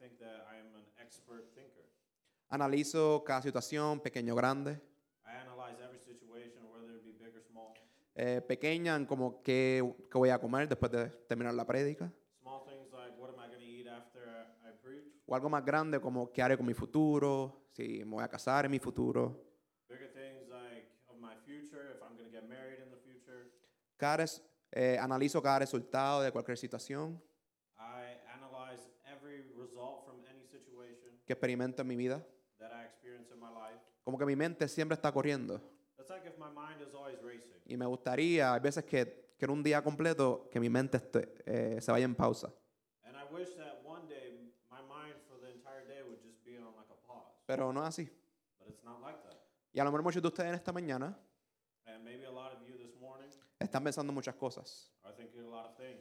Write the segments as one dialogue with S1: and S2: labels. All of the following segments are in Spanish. S1: think that I am an expert thinker.
S2: Analizo cada situación, pequeño, grande,
S1: I analyze every situation, whether it be big or small.
S2: eh, pequeña en como qué, qué voy a comer después de terminar la prédica,
S1: Small things like what am I going to eat after I, I preach?
S2: o algo más grande como qué haré con mi futuro, si me voy a casar en mi futuro.
S1: Bigger things like of my future, if I'm going to get married in the future.
S2: Cada res- eh, analizo cada resultado de cualquier situación
S1: I analyze every result from any situation
S2: que experimento en mi vida.
S1: that I experience in my life.
S2: Como que mi mente siempre está corriendo.
S1: That's like if my mind is always racing.
S2: Y me gustaría, hay veces que quiero un día completo que mi mente esté- eh, se vaya en pausa.
S1: And I wish that one day my mind for the entire day would just be on like a pause.
S2: Pero no es así.
S1: But it's not like that.
S2: Y a lo mejor muchos de ustedes en esta mañana
S1: And maybe a lot of you this morning
S2: están pensando muchas cosas,
S1: are thinking a lot of things.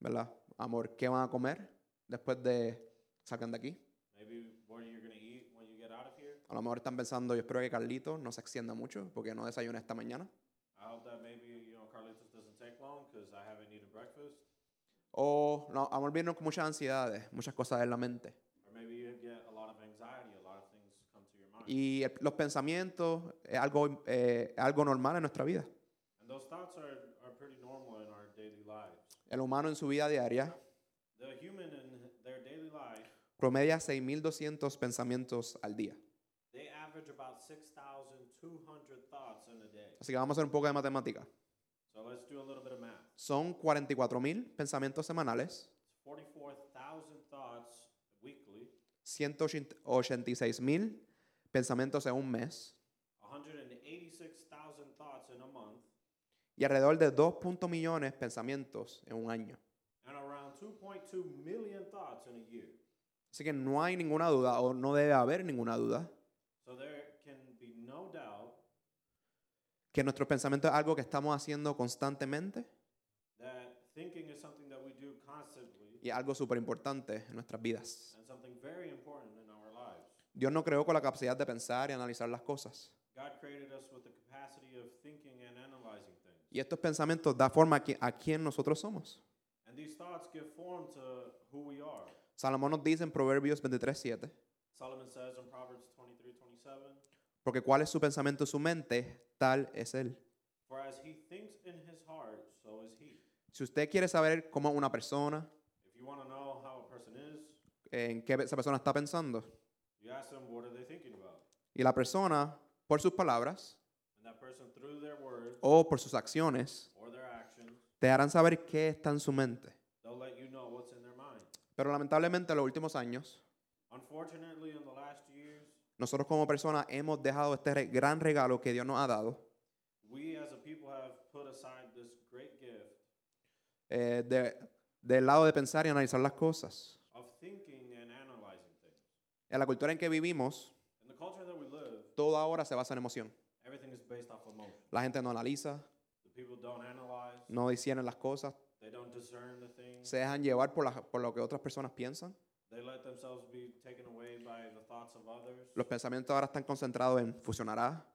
S2: ¿verdad? Amor, ¿qué van a comer después de salgan de aquí?
S1: Maybe what are you going to eat when you get out of here?
S2: A lo mejor están pensando, yo espero que Carlito no se extienda mucho porque no desayuné esta mañana.
S1: I hope that maybe, you know, Carlitos doesn't take long because I haven't eaten breakfast.
S2: O no, amor vino con muchas ansiedades, muchas cosas en la mente.
S1: Or maybe you get a lot of anxiety, a lot of things come to your mind.
S2: Y el- los pensamientos es algo, eh, es algo normal en nuestra vida.
S1: And those thoughts are, are pretty normal in our daily lives.
S2: El humano en su vida diaria
S1: The human in their daily life,
S2: promedia 6.200 pensamientos al día.
S1: they average about 6,200 thoughts in a day.
S2: Así que vamos a hacer un poco de matemática.
S1: So let's do a little bit of math.
S2: Son 44.000 pensamientos semanales,
S1: It's 44,000 thoughts weekly,
S2: 186.000 pensamientos en un mes
S1: 186,000 thoughts in a month,
S2: y alrededor de 2. millones pensamientos en un año.
S1: and around 2.2 million thoughts in a year.
S2: Así que no hay ninguna duda o no debe haber ninguna duda
S1: So there can be no doubt
S2: que nuestros pensamientos es algo que estamos haciendo constantemente
S1: that thinking is something that we do constantly
S2: y es algo súper importante en nuestras vidas.
S1: and something very important in our lives.
S2: Dios nos creó con la capacidad de pensar y analizar las cosas.
S1: God created us with the capacity of thinking and analyzing things.
S2: Y estos pensamientos da forma a, qui- a quién nosotros somos.
S1: And these thoughts give form to who we are.
S2: Salomón nos dice en Proverbios 23.7,
S1: Solomon says in Proverbs 23 27,
S2: porque cuál es su pensamiento en su mente, tal es él.
S1: For as he thinks in his heart, so is he.
S2: Si usted quiere saber cómo es una persona,
S1: If you want to know how a person is,
S2: en qué esa persona está pensando,
S1: you ask them, What are they thinking about?
S2: y la persona, por sus palabras
S1: And that person, through their words
S2: o por sus acciones,
S1: or their actions,
S2: te harán saber qué está en su mente.
S1: they'll let you know what's in their mind.
S2: Pero lamentablemente en los últimos años,
S1: Unfortunately, in the last years,
S2: nosotros como personas hemos dejado este re- gran regalo que Dios nos ha dado
S1: we as a people have put aside this great gift
S2: eh, de- del lado de pensar y analizar las cosas.
S1: of thinking and analyzing things.
S2: En la cultura en que vivimos,
S1: In the culture that we live,
S2: todo ahora se basa en emoción.
S1: everything is based off emotion.
S2: La gente no analiza,
S1: The people don't analyze,
S2: no disciernen las cosas,
S1: they don't discern the things,
S2: se dejan llevar por, las- por lo que otras personas piensan.
S1: they let themselves be taken away by the thoughts of others.
S2: Los pensamientos ahora están concentrados en funcionará,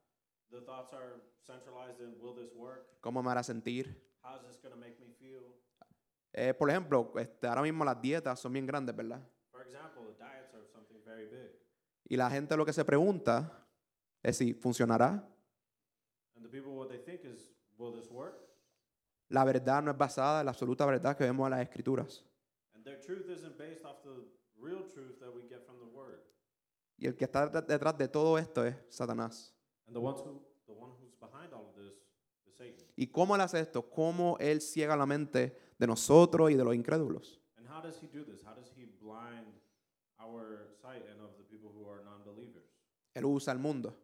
S1: The thoughts are centralized in will this work?
S2: cómo me hará sentir.
S1: How is this going to make me feel?
S2: Eh, por ejemplo, este, ahora mismo las dietas son bien grandes, ¿verdad?
S1: For example, the diets are something very big.
S2: Y la gente lo que se pregunta es si funcionará.
S1: And the people, what they think is, will this work?
S2: La verdad no es basada en la absoluta verdad que vemos en las escrituras.
S1: And their truth isn't based off the real truth that we get from the word.
S2: Y el que está det- detrás de todo esto es Satanás.
S1: And the ones who the one who's behind all of this is Satan.
S2: ¿Y cómo él hace esto? ¿Cómo él ciega la mente de nosotros y de los incrédulos?
S1: And how does he do this? How does he blind our sight and of the people who are non-believers?
S2: Él usa el mundo,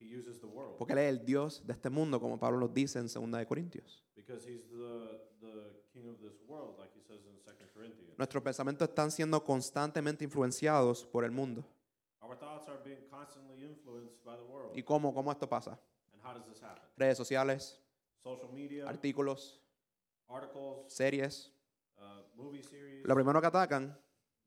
S1: He uses the world
S2: porque él es el Dios de este mundo, como Pablo nos dice en 2 de Corintios.
S1: because he's the the king of this world like he says in 2 Corinthians.
S2: Nuestros pensamientos están siendo constantemente influenciados por el mundo.
S1: Our thoughts are being constantly influenced by the world.
S2: ¿Y cómo, cómo esto pasa?
S1: And how does this happen?
S2: Redes sociales,
S1: Social media,
S2: artículos,
S1: articles,
S2: series.
S1: uh, movie series.
S2: Lo primero que atacan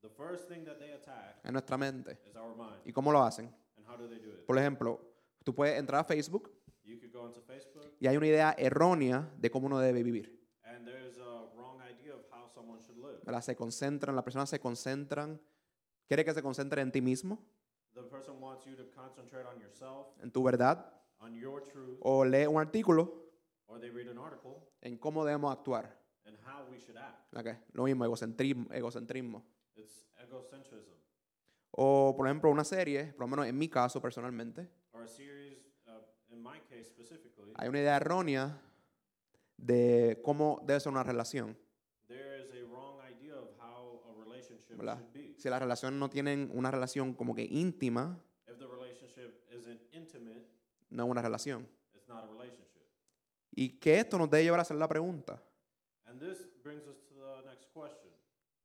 S1: The first thing that they attack
S2: es nuestra mente.
S1: is our mind.
S2: ¿Y cómo lo hacen?
S1: And how do they do it?
S2: Por ejemplo, tú puedes entrar a Facebook
S1: You could go into Facebook
S2: y hay una idea errónea de cómo uno debe vivir.
S1: and there's a wrong idea of how someone should live.
S2: ¿verdad? Se concentran, las personas se concentran Quiere que se concentre en ti mismo,
S1: The person wants you to concentrate on yourself,
S2: en tu verdad,
S1: on your truth,
S2: o lee un artículo
S1: or they read an article
S2: en cómo debemos actuar.
S1: and how we should act.
S2: Ok, Lo mismo, egocentrismo, egocentrismo.
S1: It's egocentrism.
S2: O, por ejemplo, una serie, por lo menos en mi caso personalmente,
S1: Or a series, uh, in my case specifically,
S2: hay una idea errónea de cómo debe ser una relación.
S1: there is a wrong idea of how a relationship
S2: ¿verdad?
S1: should be.
S2: Si las relaciones no tienen una relación como que íntima,
S1: If the relationship isn't intimate,
S2: no es una relación.
S1: it's not a relationship.
S2: Y que esto nos debe llevar a hacer la pregunta,
S1: And this brings us to the next question.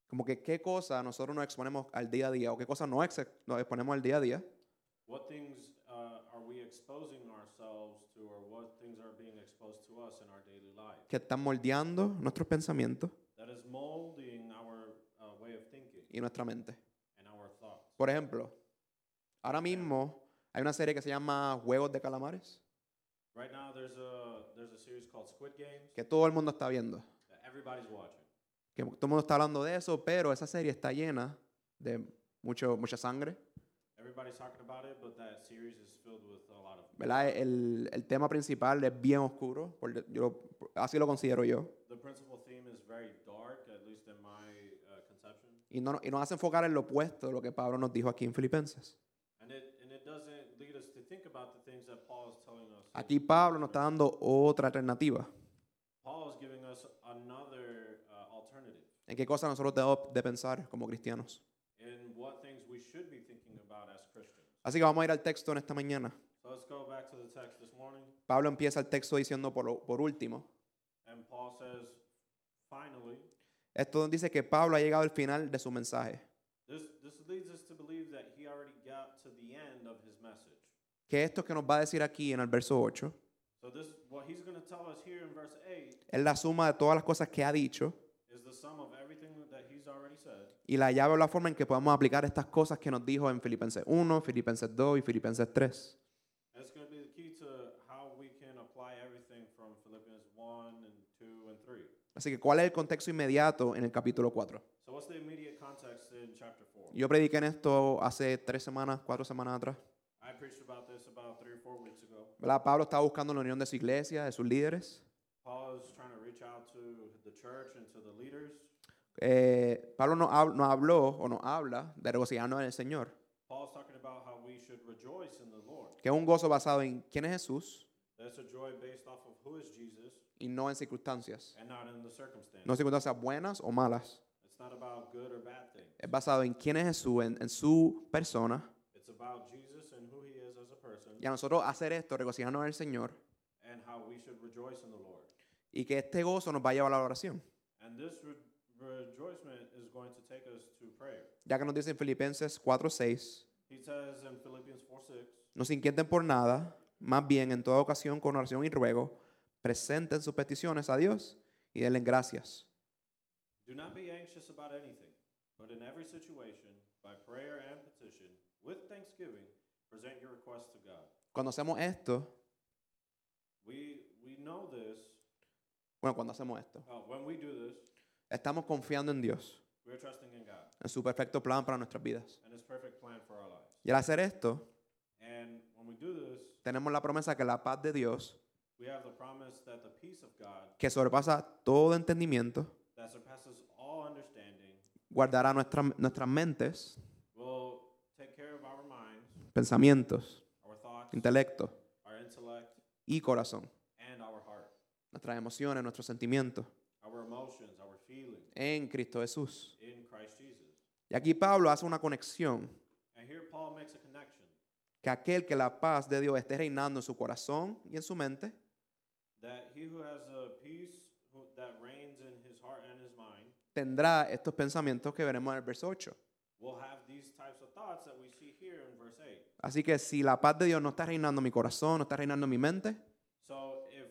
S2: como que qué cosas nosotros nos exponemos al día a día o qué cosas no ex- nos exponemos al día a día
S1: What things uh, are we exposing ourselves to, or what things are being exposed to us in our daily life?
S2: que están moldeando nuestros pensamientos
S1: That is molding our uh, way of thinking
S2: y nuestra mente.
S1: and our thoughts.
S2: Por ejemplo, ahora mismo hay una serie que se llama Juegos de Calamares,
S1: Right now, there's a there's a series called Squid Games
S2: que todo el mundo está viendo,
S1: that everybody's watching.
S2: que todo el mundo está hablando de eso, pero esa serie está llena de mucho, mucha sangre.
S1: Everybody's talking about it, but that series is filled with a lot of.
S2: ¿verdad? El, el tema principal es bien oscuro, por de- yo lo- así lo considero yo.
S1: The principal theme is very dark, at least in my uh, conception,
S2: Y, no, y nos hace enfocar en lo opuesto de lo que Pablo nos dijo aquí en Filipenses.
S1: and it and it doesn't lead us to think about the things that Paul is telling us. in
S2: Aquí Pablo
S1: Philippians.
S2: nos está dando otra alternativa
S1: Paul is giving us another uh, alternative
S2: en qué cosas nosotros debemos de pensar como cristianos.
S1: in what things we should be thinking about as Christians.
S2: Así que vamos a ir al texto en esta mañana.
S1: So let's go back to the text this morning,
S2: Pablo empieza el texto diciendo por, lo- por último.
S1: and Paul says, finally,
S2: Esto dice que Pablo ha llegado al final de su mensaje.
S1: this this leads us to believe that he already got to the end of his message.
S2: Que esto que nos va a decir aquí en el verso 8
S1: So this what he's going to tell us here in verse 8
S2: es la suma de todas las cosas que ha dicho
S1: is the sum of everything that he's already said.
S2: Y la llave o la forma en que podamos aplicar estas cosas que nos dijo en Filipenses 1, Filipenses 2 y Filipenses 3.
S1: And it's going to be the key to how we can apply everything from Philippians 1 and 2 and 3.
S2: Así que, ¿cuál es el contexto inmediato en el capítulo 4?
S1: So what's the immediate context in chapter 4?
S2: Yo prediqué en esto hace tres semanas, cuatro semanas atrás.
S1: I preached about this about three or four weeks ago.
S2: ¿Verdad? Pablo estaba buscando la unión de su iglesia, de sus líderes.
S1: Paul is trying to reach out to the church and to the leaders.
S2: Eh, Pablo nos, hab- nos habló o nos habla de regocijarnos en el Señor,
S1: Paul's talking about how we should rejoice in the Lord.
S2: que es un gozo basado en quién es Jesús
S1: That's a joy based off of who is Jesus
S2: y no en circunstancias.
S1: and not in the circumstance.
S2: No circunstancias buenas o malas.
S1: It's not about good or bad things.
S2: Es basado en quién es Jesús, en, en su persona.
S1: It's about Jesus and who he is as a person
S2: Y a nosotros hacer esto, regocijarnos en el Señor,
S1: and how we should rejoice in the Lord.
S2: y que este gozo nos va a llevar a la oración.
S1: And this re- rejoicement is going to take us to prayer.
S2: Ya que nos dice en Filipenses 4:6,
S1: He says in Philippians 4 6,
S2: no se inquieten por nada, más bien en toda ocasión con oración y ruego, presenten sus peticiones a Dios y denle gracias.
S1: Do not be anxious about anything, but in every situation, by prayer and petition, with thanksgiving, present your requests to God.
S2: Cuando hacemos esto,
S1: We, we know this,
S2: bueno, cuando hacemos esto,
S1: uh, when we do this,
S2: estamos confiando en Dios,
S1: we're trusting in God
S2: en su perfecto plan para nuestras vidas.
S1: and His perfect plan for our lives.
S2: Y al hacer esto,
S1: And when we do this,
S2: tenemos la promesa que la paz de Dios,
S1: we have the promise that the peace of God
S2: que sobrepasa todo entendimiento,
S1: that surpasses all understanding
S2: guardará nuestra- nuestras mentes,
S1: will take care of our minds,
S2: pensamientos,
S1: our thoughts,
S2: intelecto
S1: our intellect,
S2: y corazón.
S1: and our heart,
S2: nuestras emociones, nuestros sentimientos
S1: our emotions, our feelings
S2: en Cristo Jesús.
S1: in Christ Jesus.
S2: Y aquí Pablo hace una conexión
S1: And here Paul makes a connection
S2: que aquel que la paz de Dios esté reinando en su corazón y en su mente
S1: that he who has a peace who, that reigns in his heart and his mind
S2: tendrá estos pensamientos que veremos en el verso 8.
S1: will have these types of thoughts that we see here in verse 8.
S2: Así que si la paz de Dios no está reinando en mi corazón, no está reinando en mi mente,
S1: So if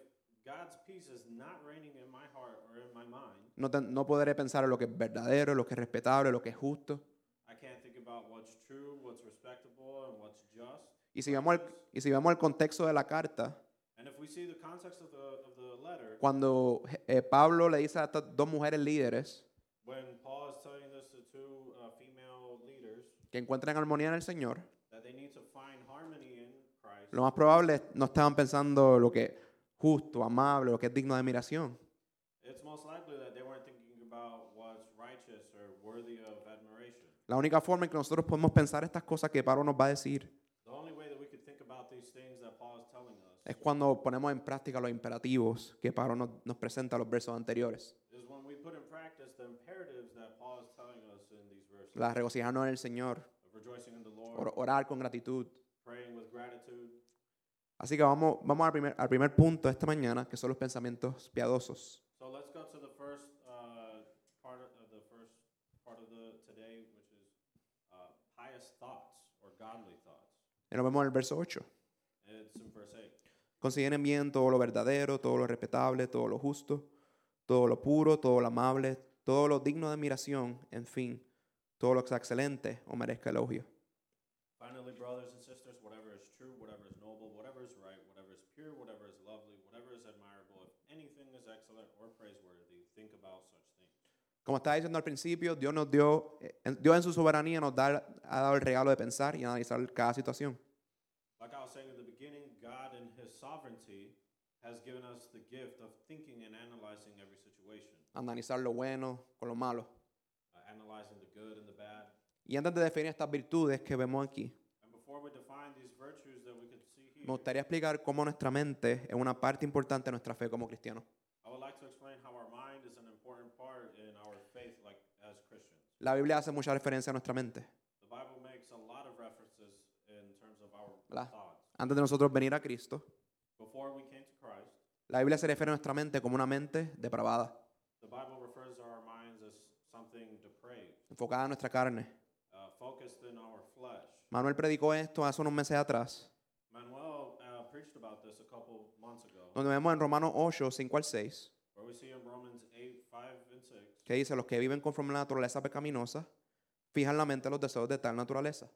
S1: God's peace is not reigning in my heart or in my mind,
S2: no, ten- no podré pensar en lo que es verdadero, lo que es respetable, lo que es justo.
S1: I can't think about what's true, what's respectable, and what's just.
S2: Y si vemos el, y si vemos el contexto de la carta,
S1: And if we see the context of the, of the letter,
S2: cuando eh, Pablo le dice a estas dos mujeres líderes
S1: when Paul is telling this to two uh, female leaders,
S2: que encuentren armonía en el Señor,
S1: that they need to find harmony in Christ,
S2: lo más probable es no estaban pensando lo que es justo, amable, lo que es digno de admiración.
S1: it's most likely that they weren't thinking about what's righteous or worthy of admiration.
S2: La única forma en que nosotros podemos pensar estas cosas que Pablo nos va a decir
S1: The only way that we could think about these things that Paul is telling us
S2: es cuando ponemos en práctica los imperativos que Pablo nos, nos presenta en los versos anteriores.
S1: is when we put in practice the imperatives that Paul is telling us in these verses
S2: La regocijarnos en el Señor,
S1: of rejoicing in the
S2: or-
S1: Lord,
S2: orar con gratitud.
S1: praying with gratitude.
S2: Así que vamos, vamos al, primer, al primer punto de esta mañana, que son los pensamientos piadosos.
S1: So let's go to the first uh, part of of the first part of the today, which is uh, pious thoughts or godly thoughts.
S2: Y lo vemos en el verso 8.
S1: It's in verse eight.
S2: Consideren bien todo lo verdadero, todo lo respetable, todo lo justo, todo lo puro, todo lo amable, todo lo digno de admiración, en fin, todo lo que sea excelente o merezca elogio.
S1: Finally, brothers and sisters, whatever is true, whatever is noble, whatever is right, whatever is pure, whatever is lovely, whatever is admirable, if anything is excellent or praiseworthy, think about such things.
S2: Como estaba diciendo al principio, Dios nos dio, eh, en- Dios en su soberanía nos da, ha dado el regalo de pensar y analizar cada situación.
S1: Like I was saying at the beginning, God in His sovereignty has given us the gift of thinking and analyzing every situation,
S2: Analizar lo bueno con lo malo.
S1: uh, analyzing the good and the bad.
S2: Y antes de definir estas virtudes que vemos aquí,
S1: And before we define these virtues that we can see here,
S2: me gustaría explicar cómo nuestra mente es una parte importante de nuestra fe como cristianos.
S1: I would like to explain how our mind is an important part in our faith, like as Christians.
S2: La Biblia hace mucha referencia a nuestra mente.
S1: The Bible makes a lot of references in terms of our
S2: Hola.
S1: thoughts.
S2: Antes de nosotros venir a Cristo,
S1: Before we came to Christ,
S2: La Biblia se refiere a nuestra mente como una mente depravada,
S1: the Bible refers to our minds as something depraved,
S2: enfocada en nuestra carne.
S1: uh, focused in our flesh.
S2: Manuel predicó esto hace unos meses atrás,
S1: Manuel uh, preached about this a couple months ago,
S2: donde vemos en Romanos 8, 5 al 6,
S1: where we see in Romans 8, 5, and 6,
S2: que dice, los que viven conforme a la naturaleza pecaminosa, fijan la mente en los deseos de tal naturaleza.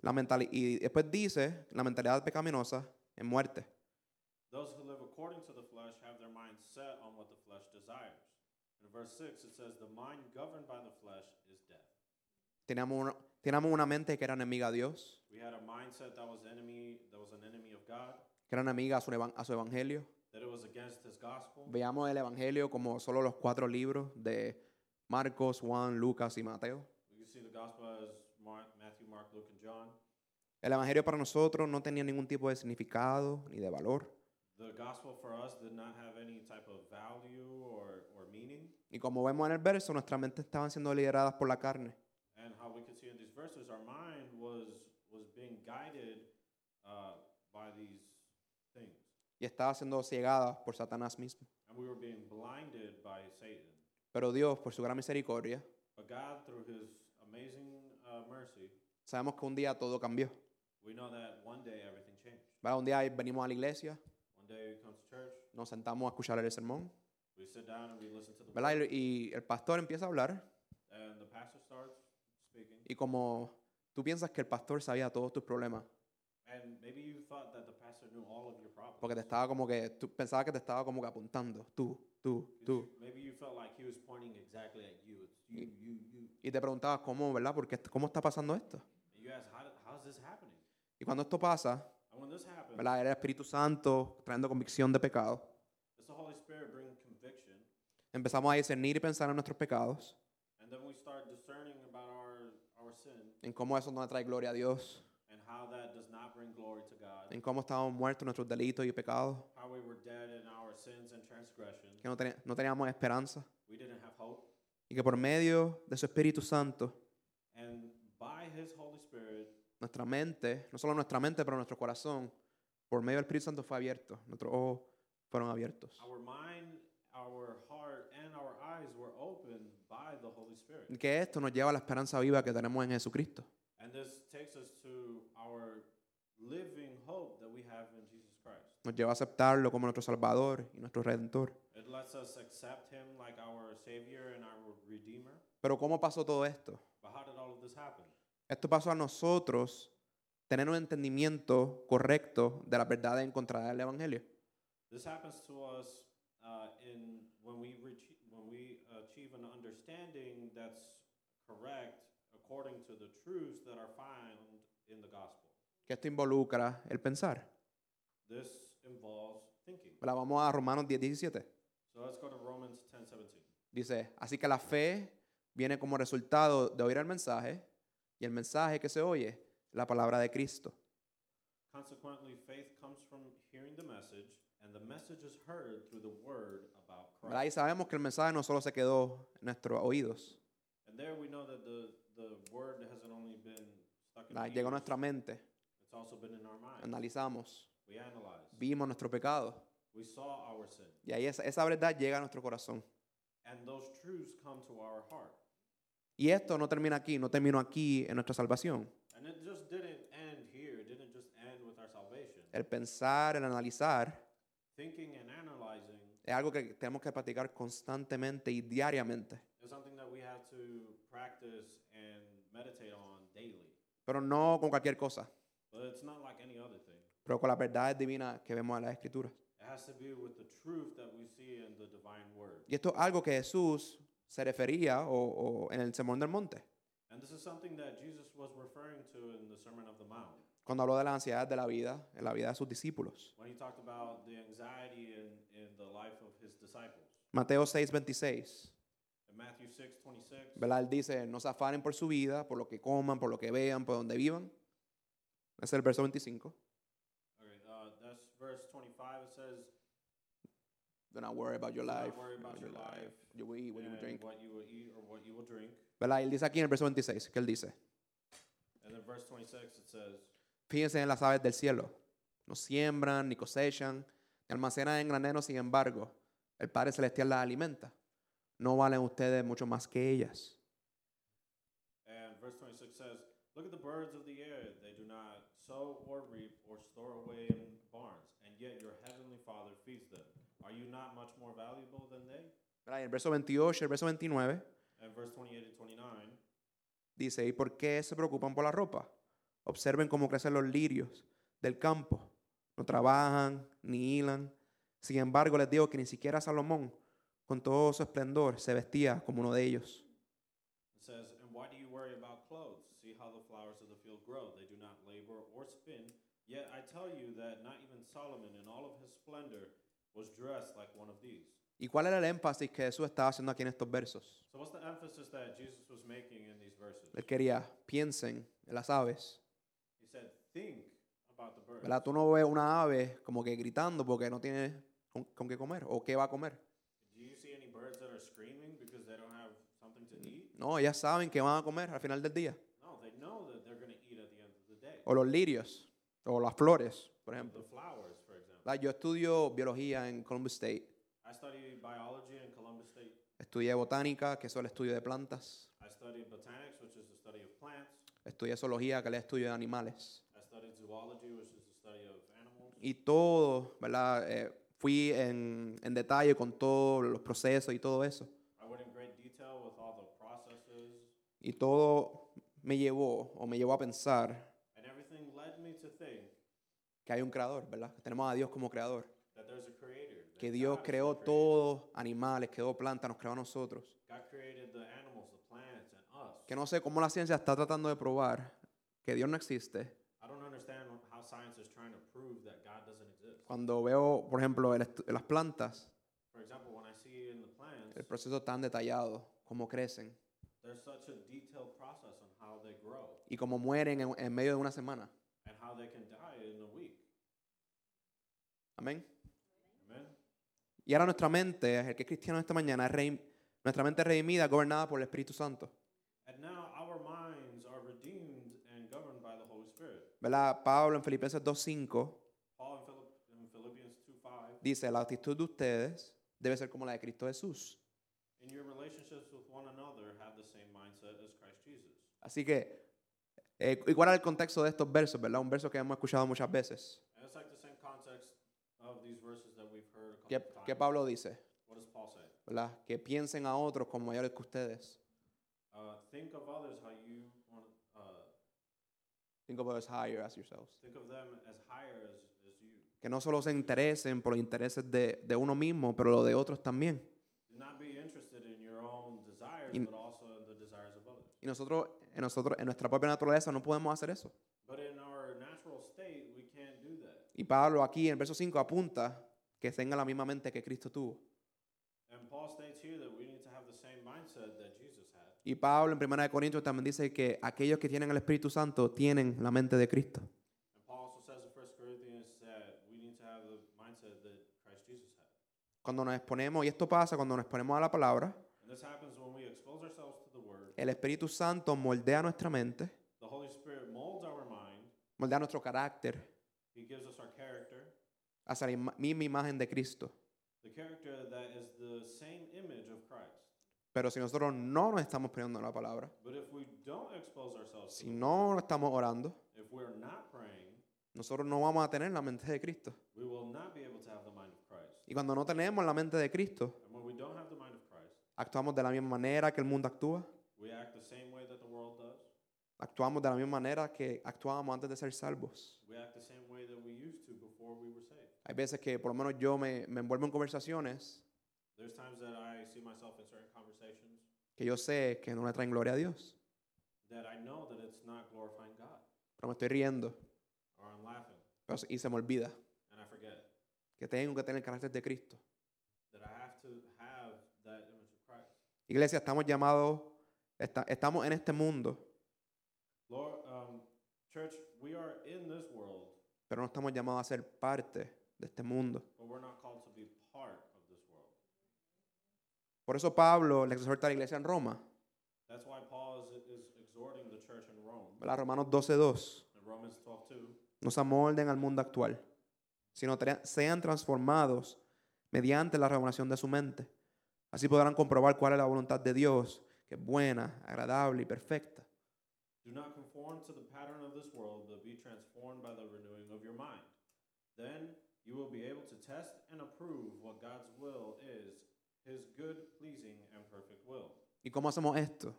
S2: La mentali- y después dice, la mentalidad pecaminosa es muerte.
S1: those who live according to the flesh have their minds set on what the flesh desires. In verse 6, it says, The mind governed by the flesh is death.
S2: Teníamos una, teníamos una mente que era enemiga a Dios,
S1: We had a mindset that was enemy, that was an enemy of God,
S2: que era enemiga a su, evan- a su evangelio.
S1: that it was against his gospel.
S2: Veíamos el evangelio como solo los cuatro libros de Marcos, Juan, Lucas y Mateo.
S1: We can see the gospel as Mark, Matthew, Mark, Luke, and John.
S2: El Evangelio para nosotros no tenía ningún tipo de significado ni de valor.
S1: The gospel for us did not have any type of value or, or meaning.
S2: Y como vemos en el verso, nuestras mentes estaban siendo lideradas por la carne.
S1: And how we can see in these verses, our mind was, was being guided uh, by these things.
S2: Y estaba siendo cegada por Satanás mismo.
S1: And we were being blinded by Satan.
S2: Pero Dios, por su gran misericordia,
S1: But God, through his amazing uh, mercy,
S2: sabemos que un día todo cambió.
S1: we know that one day everything changed.
S2: ¿Verdad? Un día venimos a la iglesia,
S1: One day we come to church,
S2: nos sentamos a escuchar el sermón.
S1: we sit down and we listen to the
S2: ¿verdad?
S1: word,
S2: Y y el pastor empieza a hablar.
S1: and the pastor starts speaking.
S2: Y como tú piensas que el pastor sabía todos tus problemas,
S1: And maybe you thought that the pastor knew all of your problems.
S2: porque te estaba como que, tú pensabas que te estaba como que apuntando, tú, tú,
S1: You-
S2: tú.
S1: Maybe you felt like he was pointing exactly at you. It's you, you, you.
S2: Y te preguntabas, ¿cómo, verdad? Porque, ¿Cómo está pasando esto?
S1: And you asked, how, did- how's this happening?
S2: Y cuando esto pasa,
S1: And when this happens,
S2: ¿verdad? Era el Espíritu Santo trayendo convicción de pecado.
S1: it's the Holy Spirit bringing conviction.
S2: Empezamos a discernir y pensar en nuestros pecados,
S1: And then we start discerning about our, our sin
S2: en cómo eso no le trae gloria a Dios,
S1: and how that does not bring glory to God.
S2: en cómo estábamos muertos en nuestros delitos y pecados,
S1: How we were dead in our sins and transgressions.
S2: que no, teni- no teníamos esperanza.
S1: We didn't have hope.
S2: Y que por medio de su Espíritu Santo,
S1: And by his Holy Spirit,
S2: nuestra mente, no solo nuestra mente, pero nuestro corazón, por medio del Espíritu Santo fue abierto, nuestros ojos fueron abiertos.
S1: our mind, our heart, and our eyes were opened by the Holy Spirit.
S2: Y que esto nos lleva a la esperanza viva que tenemos en Jesucristo.
S1: And this takes us to our living hope that we have in Jesus Christ.
S2: Nos lleva a aceptarlo como nuestro Salvador y nuestro Redentor.
S1: It lets us accept Him like our Savior and our Redeemer.
S2: Pero ¿cómo pasó todo esto?
S1: But how did all of this happen?
S2: Esto pasó a nosotros tener un entendimiento correcto de la verdad encontrada en el Evangelio.
S1: This happens to us uh, in when we reach, when we achieve an understanding that's correct according according to the truths that are found in the gospel.
S2: que esto involucra el pensar.
S1: This involves thinking.
S2: La vamos a Romanos 10, 17.
S1: So let's go to Romans 10 17.
S2: Dice, así que la fe viene como resultado de oír el mensaje, y el mensaje que se oye, la palabra de Cristo.
S1: Consequently, faith comes from hearing the message, and the message is heard through the word about
S2: ¿verdad? Y
S1: Christ.
S2: sabemos que el mensaje no solo se quedó en nuestros oídos,
S1: And there we know that the, the word hasn't only been stuck in
S2: ¿verdad?
S1: the
S2: llegó
S1: ears,
S2: a nuestra mente,
S1: it's also been in our mind.
S2: analizamos,
S1: We analyzed.
S2: vimos nuestro pecado,
S1: We saw our sin.
S2: y ahí esa, esa verdad llega a nuestro corazón.
S1: And those truths come to our heart.
S2: Y esto no termina aquí, no terminó aquí en nuestra salvación.
S1: And it just didn't end here. It didn't just end with our salvation.
S2: El pensar, el analizar,
S1: Thinking and analyzing
S2: es algo que tenemos que practicar constantemente y diariamente.
S1: is something that we have to practice and meditate on daily.
S2: Pero no con cualquier cosa,
S1: But it's not like any other thing.
S2: pero con las verdades divinas que vemos en las Escrituras.
S1: It has to be with the truth that we see in the divine word.
S2: Y esto es algo que Jesús se refería o, o en el Sermón del Monte,
S1: And this is something that Jesus was referring to in the Sermon of the Mount
S2: cuando habló de las ansiedades de la vida, en la vida de sus discípulos.
S1: when he talked about the anxiety in, in the life of his disciples.
S2: Mateo 6, 26.
S1: In Matthew 6 26,
S2: ¿verdad? Él dice, no se afanen por su vida, por lo que coman, por lo que vean, por donde vivan. Ese es el verso 25.
S1: okay, uh, that's verse 25. It says,
S2: Do not worry about your
S1: Do not
S2: life.
S1: worry about your life,
S2: You will eat what you will
S1: and
S2: drink.
S1: what you will eat or what you will drink.
S2: ¿Verdad? Él dice aquí en el verso 26, que él dice,
S1: And then verse 26, it says,
S2: fíjense en las aves del cielo. No siembran ni cosechan, ni almacenan en graneros, sin embargo, el Padre Celestial las alimenta. No valen ustedes mucho más que ellas.
S1: And verse 26 says, Look at the birds of the air. They do not sow or reap or store away in barns, and yet your heavenly Father feeds them. Are you not much more valuable than they?
S2: ¿Verdad? Y el verso 28 y el verso 29
S1: And verse 28 and 29,
S2: dice, ¿y por qué se preocupan por la ropa? Observen cómo crecen los lirios del campo. No trabajan ni hilan. Sin embargo, les digo que ni siquiera Salomón, con todo su esplendor, se vestía como uno de ellos.
S1: it says, And why do you worry about clothes? See how the flowers of the field grow. They do not labor or spin. Yet I tell you that not even Solomon in all of his splendor was dressed like one of these.
S2: ¿Y cuál era el énfasis que Jesús estaba haciendo aquí en estos versos?
S1: So, what's the emphasis that Jesus was making in these verses?
S2: Él quería, piensen en las aves.
S1: He said, Think about the birds.
S2: ¿Verdad? Tú no ves una ave como que gritando porque no tiene con, con qué comer o qué va a comer.
S1: Do you see any birds that are screaming because they don't have something to eat?
S2: No, ellas saben que van a comer al final del día.
S1: No, they know that they're going to eat at the end of the day.
S2: O los lirios, o las flores, por ejemplo.
S1: The flowers, for example.
S2: ¿verdad? Yo estudio biología en Columbus State.
S1: I studied biology in Columbus State.
S2: Estudié botánica, que es el estudio de plantas.
S1: I studied botanics, which is the study of plants.
S2: Estudié zoología, que es el estudio de animales.
S1: I studied zoology, which is the study of animals.
S2: Y todo, ¿verdad? Eh, fui en, en detalle con todos los procesos y todo eso.
S1: I went in great detail with all the processes,
S2: Y todo me llevó o me llevó a pensar
S1: and everything led me to think
S2: que hay un creador, ¿verdad? Que tenemos a Dios como creador.
S1: that there's a creator. that
S2: Que Dios
S1: God is the
S2: creó
S1: creator.
S2: todos animales, creó plantas, nos creó a nosotros.
S1: God created the animals, the plants, and us.
S2: Que no sé cómo la ciencia está tratando de probar que Dios no existe.
S1: I don't understand how science is trying to prove that God doesn't exist.
S2: Cuando veo, por ejemplo, el estu- las plantas,
S1: For example, when I see in the plants,
S2: el proceso tan detallado, cómo crecen
S1: there's such a detailed process on how they grow
S2: y cómo mueren en, en medio de una semana.
S1: and how they can die in a week.
S2: Amén.
S1: Amen.
S2: Y ahora nuestra mente, el que es cristiano esta mañana, es reim- nuestra mente es redimida, gobernada por el Espíritu Santo.
S1: And now our minds are redeemed and governed by the Holy Spirit.
S2: ¿Verdad? Pablo en Filipenses 2.5
S1: Paul in, Philipp, in Philippians 2 5,
S2: dice, la actitud de ustedes debe ser como la de Cristo Jesús.
S1: in your relationships with one another, have the same mindset as Christ Jesus.
S2: Así que, eh, ¿y cuál era el contexto de estos versos? ¿Verdad? Un verso que hemos escuchado muchas veces.
S1: And it's like the same context of these verses that we've heard a couple
S2: ¿Qué,
S1: of times.
S2: qué Pablo dice?
S1: What does Paul say?
S2: ¿Verdad? Que piensen a otros como mayores que ustedes.
S1: Uh, think of others how you want, uh,
S2: Think of us higher as yourselves.
S1: think of them as higher as, as you.
S2: que no solo se interesen por los intereses de, de uno mismo, pero los de otros también.
S1: Do not be interested in your own desires,
S2: In-
S1: but also in the desires of others.
S2: Y nosotros En, nosotros, en nuestra propia naturaleza no podemos hacer eso.
S1: But in our natural state, we can't do that.
S2: Y Pablo aquí en el verso 5 apunta que tenga la misma mente que Cristo tuvo.
S1: And Paul states here that we need to have the same mindset that Jesus had.
S2: Y Pablo en 1 de Corintios también dice que aquellos que tienen el Espíritu Santo tienen la mente de Cristo.
S1: And Paul also says in 1 Corinthians that we need to have the mindset that Christ Jesus had.
S2: Cuando nos exponemos, y esto pasa cuando nos exponemos a la palabra,
S1: And this happens when we expose ourselves to the Word.
S2: el Espíritu Santo moldea nuestra mente,
S1: The Holy Spirit molds our mind.
S2: moldea nuestro carácter
S1: He gives us our character,
S2: hacia la ima- misma imagen de Cristo.
S1: the character that is the same image of Christ.
S2: Pero si nosotros no nos estamos poniendo en la palabra,
S1: But if we don't expose ourselves, to
S2: si no estamos orando,
S1: the- if we're not praying,
S2: nosotros no vamos a tener la mente de Cristo.
S1: we will not be able to have the mind of Christ.
S2: Y cuando no tenemos la mente de Cristo,
S1: And when we don't have the mind of Christ,
S2: actuamos de la misma manera que el mundo actúa,
S1: we act the same way that the world does.
S2: actuamos de la misma manera que actuábamos antes de ser salvos.
S1: We act the same way that we used to before we were saved.
S2: Hay veces que por lo menos yo me, me envuelvo en conversaciones
S1: There's times that I see myself in certain conversations
S2: que yo sé que no le traen gloria a Dios,
S1: that I know that it's not glorifying God,
S2: pero me estoy riendo
S1: or I'm laughing,
S2: pero- y se me olvida
S1: and I forget
S2: que tengo que tener el carácter de Cristo.
S1: that I have to have that image of Christ.
S2: Iglesia, estamos llamados, esta- estamos en este mundo,
S1: Lord, um, church, we are in this world,
S2: pero no estamos llamados a ser parte de este mundo.
S1: but we're not called to be part of this world.
S2: Por eso Pablo le exhorta a la iglesia en Roma,
S1: That's why Paul is, is exhorting the church in Rome,
S2: ¿verdad? Romanos 12.2,
S1: in Romans 12 2,
S2: no se amolden al mundo actual, sino tra- sean transformados mediante la renovación de su mente. Así podrán comprobar cuál es la voluntad de Dios, que es buena, agradable y perfecta.
S1: Do not conform to the pattern of this world, but be transformed by the renewing of your mind. Then you will be able to test and approve what God's will is, his good, pleasing, and perfect will.
S2: ¿Y cómo hacemos esto?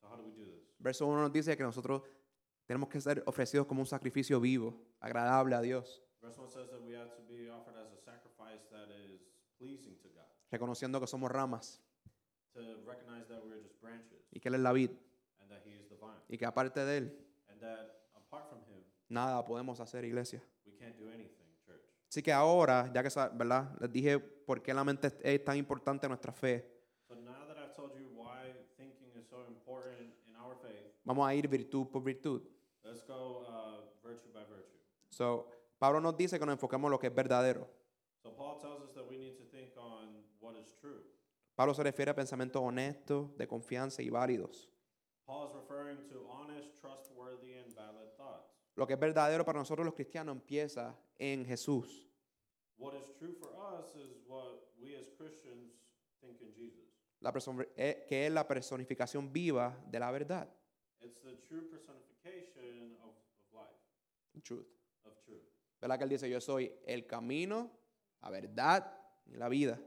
S1: So, how do we do this?
S2: Verso 1 nos dice que nosotros tenemos que ser ofrecidos como un sacrificio vivo, agradable a Dios,
S1: Verse 1 says that we have to be offered as a sacrifice that is pleasing to God,
S2: reconociendo que somos ramas
S1: to recognize that we're just branches
S2: y que Él es la vid
S1: and that He is the vine,
S2: y que aparte de Él
S1: and that apart from Him,
S2: nada podemos hacer, iglesia.
S1: we can't do anything, church.
S2: Así que ahora, ya que sa- ¿verdad? les dije por qué la mente es- es tan importante en nuestra fe,
S1: So, now that I've told you why thinking is so important in our faith,
S2: vamos a ir virtud por virtud.
S1: let's go uh, virtue by virtue.
S2: So, Pablo nos dice que nos enfocamos en lo que es verdadero.
S1: So Paul tells us that we need to think on what is true.
S2: Pablo se refiere a pensamientos honestos, de confianza y válidos.
S1: Paul is referring to honest, trustworthy, and valid thoughts.
S2: Lo que es verdadero para nosotros los cristianos empieza en Jesús.
S1: What is true for us is what we as Christians think in Jesus.
S2: la person- eh, que es la personificación viva de la verdad,
S1: It's the true personification of, of life,
S2: the truth.
S1: of truth.
S2: ¿Verdad que él dice, yo soy el camino, la verdad y la vida?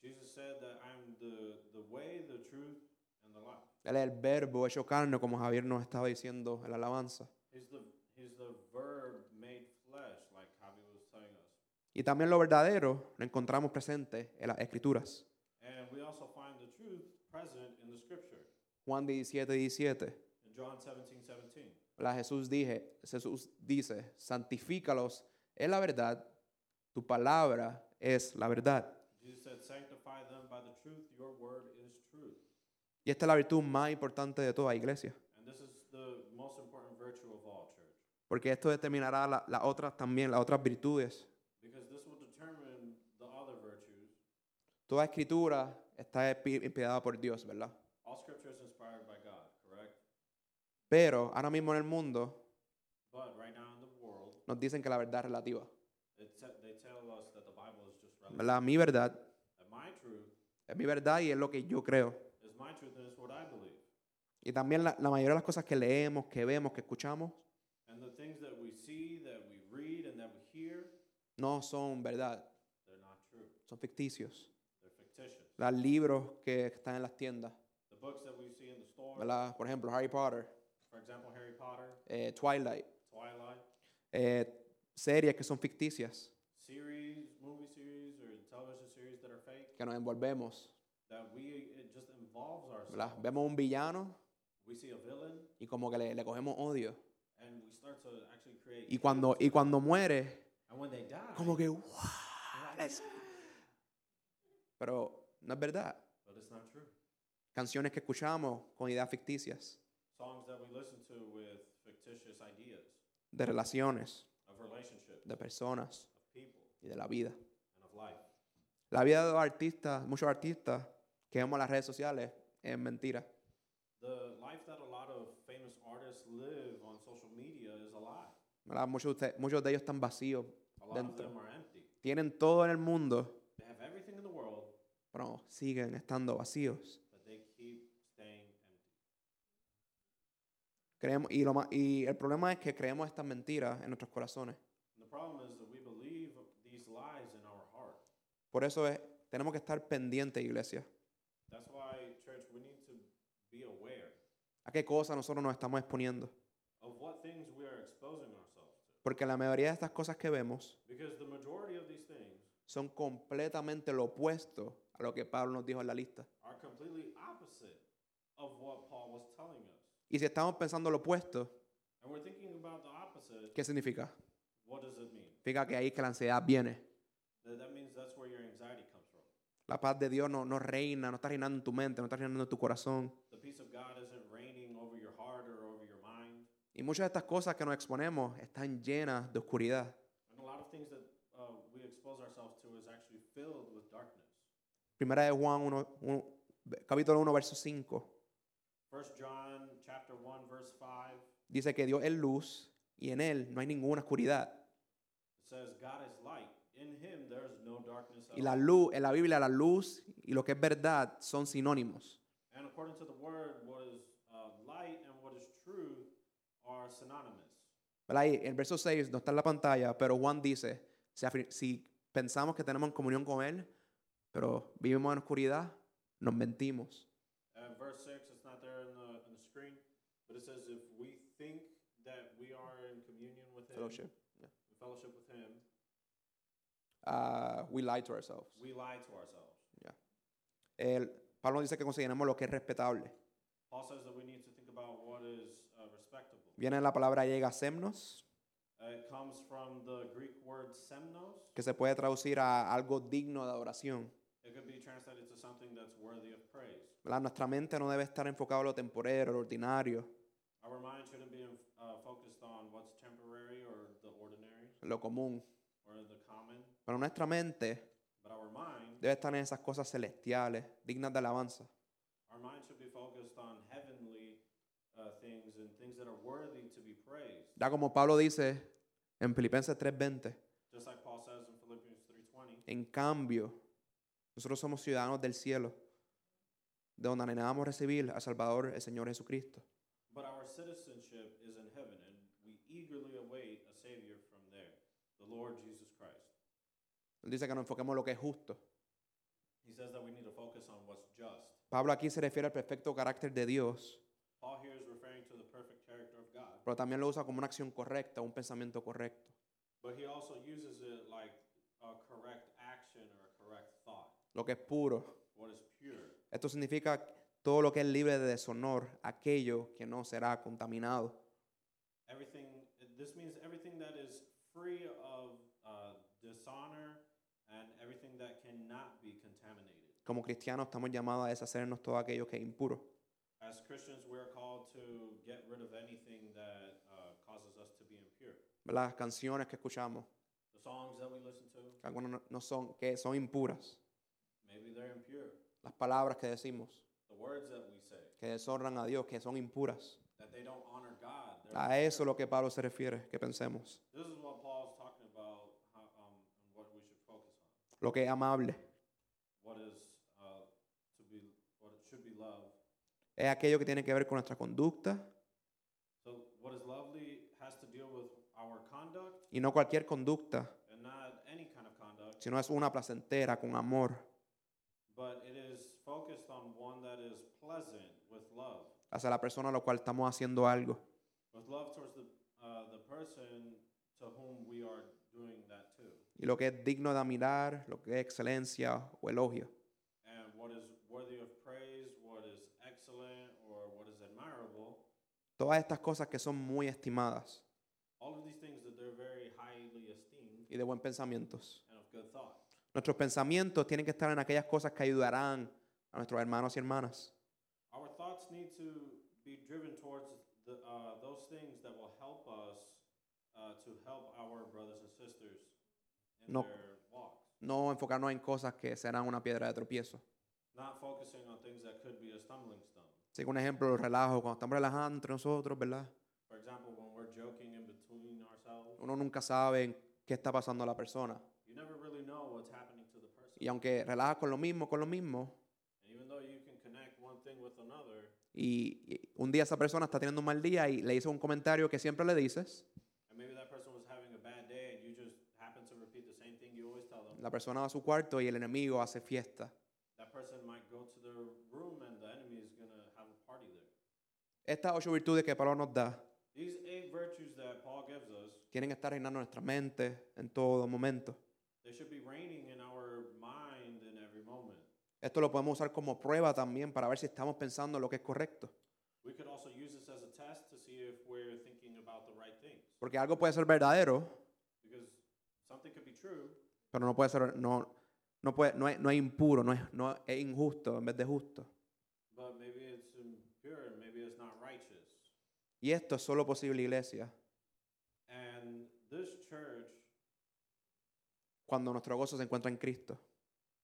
S1: Jesus said that I'm the, the way, the truth, and the life.
S2: Él es el verbo hecho carne, como Javier nos estaba diciendo en la alabanza.
S1: He's the, he's the verb made flesh, like Javi was telling us.
S2: Y también lo verdadero lo encontramos presente en las escrituras.
S1: And we also find the truth present in the scripture.
S2: Juan 17, 17.
S1: In John 17, 17.
S2: ¿verdad? Jesús, dije, Jesús dice, santifícalos en la verdad, tu palabra es la verdad.
S1: Jesus said, Sanctify them by the truth, your word is truth.
S2: Y esta es la virtud más importante de toda iglesia,
S1: And this is the most important virtue of all, church,
S2: porque esto determinará la- las otras también, las otras virtudes
S1: because this will determine the other virtues.
S2: Toda escritura está espi- inspirada por Dios, ¿verdad?
S1: All scripture is inspired by God, correct?
S2: Pero ahora mismo en el mundo
S1: But right now in the world,
S2: nos dicen que la verdad es relativa,
S1: it te- they tell us that the Bible is just relevant.
S2: ¿verdad? Mi verdad
S1: That my truth
S2: es mi verdad y es lo que yo creo.
S1: is my truth and it's what I believe.
S2: Y también la, la mayoría de las cosas que leemos, que vemos, que escuchamos,
S1: And the things that we see, that we read, and that we hear,
S2: no son verdad,
S1: they're not true.
S2: son ficticios.
S1: They're fictitious.
S2: Los libros que están en las tiendas,
S1: The books that we see in the store,
S2: ¿verdad? Por ejemplo, Harry Potter,
S1: for example, Harry Potter,
S2: eh, Twilight,
S1: Twilight,
S2: eh, series que son ficticias,
S1: series, movie series, or television series that are fake,
S2: que nos envolvemos,
S1: that we it just involves
S2: ¿verdad?
S1: ourselves.
S2: Vemos un villano
S1: We see a villain
S2: y como que le, le cogemos odio.
S1: and we start to actually create.
S2: Y cuando, y cuando muere,
S1: and when they die,
S2: como que, wow,
S1: we're like,
S2: let's-". Pero no es verdad.
S1: but it's not true.
S2: Canciones que escuchamos con ideas ficticias,
S1: Songs that we listen to with fictitious ideas
S2: de relaciones,
S1: of relationships,
S2: de personas
S1: of people,
S2: y de la vida.
S1: and of life.
S2: La vida de los artistas, muchos artistas que vemos en las redes sociales, es mentira.
S1: The life that a lot of famous artists live on social media is a lie.
S2: ¿verdad? Muchos, de usted- muchos de ellos están vacíos.
S1: A lot of
S2: Dentro.
S1: them are empty.
S2: Tienen todo en el mundo,
S1: They have everything in the world,
S2: pero siguen estando vacíos.
S1: but they keep staying empty.
S2: Creemos, y, lo ma- y el problema es que creemos estas mentiras en nuestros corazones.
S1: And the problem is that we believe these lies in our heart.
S2: Por eso es, tenemos que estar pendientes, iglesia,
S1: That's why, church, we need to be aware
S2: a qué cosas nosotros nos estamos exponiendo.
S1: of what things we are exposing ourselves to.
S2: Porque la mayoría de estas cosas que vemos
S1: Because the majority of these things
S2: son completamente lo opuesto a lo que Pablo nos dijo en la lista.
S1: are completely opposite of what Paul was telling us.
S2: Y si estamos pensando lo opuesto,
S1: And we're thinking about the opposite.
S2: ¿qué significa?
S1: What does it mean?
S2: Significa que ahí es que la ansiedad viene.
S1: That, that means that's where your anxiety comes from.
S2: La paz de Dios no, no reina, no está reinando en tu mente, no está reinando en tu corazón.
S1: The peace of God isn't reigning over your heart or over your mind.
S2: Y muchas de estas cosas que nos exponemos están llenas de oscuridad.
S1: And a lot of things that uh, we expose ourselves to is actually filled with darkness.
S2: Primera de Juan 1, 1, capítulo 1, verso 5.
S1: First John chapter 1 verse 5 it
S2: Dice que Dios es luz y en Él no hay ninguna oscuridad.
S1: says God is light. In him there is no darkness at
S2: Y la
S1: all.
S2: luz, en la Biblia, la luz y lo que es verdad son sinónimos.
S1: And according to the word, what is uh, light and what is truth are synonymous.
S2: ¿Verdad? Y el verso 6 no está en la pantalla, pero Juan dice, si, afir- si pensamos que tenemos comunión con Él, pero vivimos en oscuridad, nos mentimos.
S1: And verse 6, it's not there in the, on the screen, but it says if we think that we are in communion with him,
S2: Fellowship.
S1: in fellowship with him,
S2: Ah, we lie to ourselves.
S1: we lie to ourselves.
S2: El- Pablo dice que consideramos lo que es respetable.
S1: Paul says that we need to think about what is uh, respectable.
S2: Viene la palabra llega semnos,
S1: Uh, it comes from the Greek word semnos.
S2: que se puede traducir a algo digno de adoración.
S1: It could be translated to something that's worthy of praise.
S2: ¿Verdad? Nuestra mente no debe estar enfocada en lo temporero, lo ordinario,
S1: Our mind shouldn't be uh, focused on what's temporary or the ordinary
S2: lo común.
S1: or the common,
S2: Pero nuestra mente
S1: but our mind
S2: debe estar en esas cosas celestiales, dignas de alabanza.
S1: Our mind should be focused on heavenly uh, things and things that are worthy to be praised.
S2: Ya como Pablo dice en Filipenses 3:20,
S1: Just like Paul says in Philippians 3:20,
S2: en cambio, nosotros somos ciudadanos del cielo, de donde anhelamos recibir al Salvador, el Señor Jesucristo.
S1: but our citizenship is in heaven and we eagerly await a savior from there, the Lord Jesus Christ.
S2: Él dice que nos enfoquemos en lo que es justo.
S1: He says that we need to focus on what's just.
S2: Pablo aquí se refiere al perfecto carácter de Dios,
S1: Paul here is referring to the perfect character of God,
S2: pero también lo usa como una acción correcta, un pensamiento correcto.
S1: but he also uses it like a correct action or a correct thought,
S2: Lo que es puro.
S1: what is pure.
S2: Esto significa todo lo que es libre de deshonor, aquello que no será contaminado.
S1: everything this means everything that is free of uh, dishonor and everything that cannot be contaminated
S2: Como cristianos estamos llamados a deshacernos todo aquello que es impuro.
S1: as christians we're called to get rid of anything that uh, causes us to be impure
S2: Las canciones que escuchamos,
S1: the songs that we listen to
S2: que algunas no- no son, que son impuras.
S1: maybe they're impure
S2: Las palabras que decimos,
S1: the words that we say
S2: que deshonran a Dios, que son impuras.
S1: that they don't honor god they're
S2: A eso es
S1: impure.
S2: lo que Pablo se refiere, que pensemos.
S1: this is what paul's talking about how, um, and what we should focus on
S2: Lo que es amable
S1: what is uh, to be what it should be love
S2: es aquello que tiene que ver con nuestra conducta
S1: so what is lovely has to deal with our conduct
S2: y no cualquier conducta,
S1: and not any kind of conduct,
S2: sino es una placentera, con amor.
S1: but it is focused on one that is pleasant with love,
S2: hacia la persona a la cual estamos haciendo algo.
S1: with love towards the uh, the person to whom we are doing that to,
S2: Y lo que es digno de admirar, lo que es excelencia o elogio.
S1: and what is worthy of praise, what is excellent, or what is admirable
S2: Todas estas cosas que son muy estimadas
S1: All of these things that they're very highly esteemed
S2: y de buen pensamientos.
S1: and of good thought.
S2: Nuestros pensamientos tienen que estar en aquellas cosas que ayudarán a nuestros hermanos y hermanas.
S1: Our thoughts need to be driven towards the, uh, those things that will help us uh, to help our brothers and sisters in
S2: No.
S1: their walks.
S2: No enfocarnos en cosas que serán una piedra de tropiezo.
S1: Not focusing on things that could be a stumbling stone.
S2: Así que un ejemplo, los relajos, cuando estamos relajando entre nosotros, ¿verdad?
S1: For example, when we're joking in between ourselves,
S2: Uno nunca sabe qué está pasando a la persona.
S1: you never really know what's happening to the person.
S2: Y aunque relajas con lo mismo, con lo mismo,
S1: And even though you can connect one thing with another,
S2: y y un día esa persona está teniendo un mal día y le dices un comentario que siempre le dices,
S1: and maybe that person was having a bad day and you just happen to repeat the same thing you always tell them,
S2: la persona va a su cuarto y el enemigo hace fiesta.
S1: that person might go to their room and the enemy is going to have a party there.
S2: Estas ocho virtudes que Pablo nos da
S1: These eight virtues that Paul gives us,
S2: tienen que estar reinando en nuestra mente en todo momento.
S1: they should be reigning in our mind in every moment.
S2: Esto lo podemos usar como prueba también para ver si estamos pensando lo que es correcto.
S1: We could also use this as a test to see if we're thinking about the right things.
S2: Porque algo puede ser verdadero,
S1: Because something could be true,
S2: pero no puede ser, no, no, puede, no, es, no es impuro, no es, no es injusto en vez de justo.
S1: but maybe it's impure, maybe it's not righteous.
S2: Y esto es solo posible, iglesia,
S1: And this church
S2: cuando nuestro gozo se encuentra en Cristo.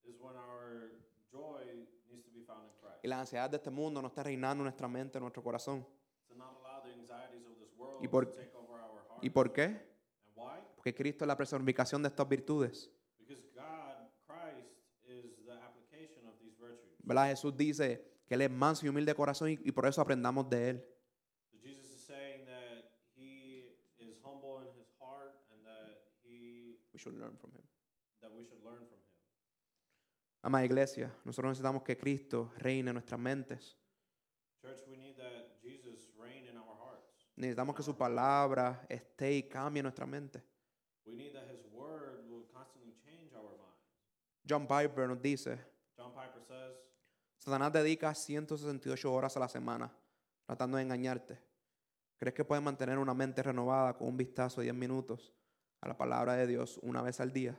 S1: is when our joy needs to be found in Christ.
S2: Y la ansiedad de este mundo no está reinando en nuestra mente, en nuestro corazón.
S1: To not allow the anxieties of this world
S2: ¿Y por-
S1: to take over our hearts.
S2: ¿Y por qué?
S1: And why?
S2: Porque Cristo es la personificación de estas virtudes.
S1: Because God, Christ, is the application of these virtues.
S2: ¿Verdad? Jesús dice que Él es manso y humilde de corazón y, y por eso aprendamos de Él.
S1: So Jesus is saying that he is humble in his heart and that he
S2: We should learn from him.
S1: that we should learn from him.
S2: Amada iglesia, nosotros necesitamos que Cristo reine en nuestras mentes.
S1: Church, we need that Jesus reign in our hearts.
S2: Necesitamos que su palabra esté y cambie nuestra mente.
S1: We need that his word will constantly change our mind.
S2: John Piper nos dice,
S1: John Piper says,
S2: Satanás dedica 168 horas a la semana tratando de engañarte. ¿Crees que puedes mantener una mente renovada con un vistazo de 10 minutos a la palabra de Dios una vez al día?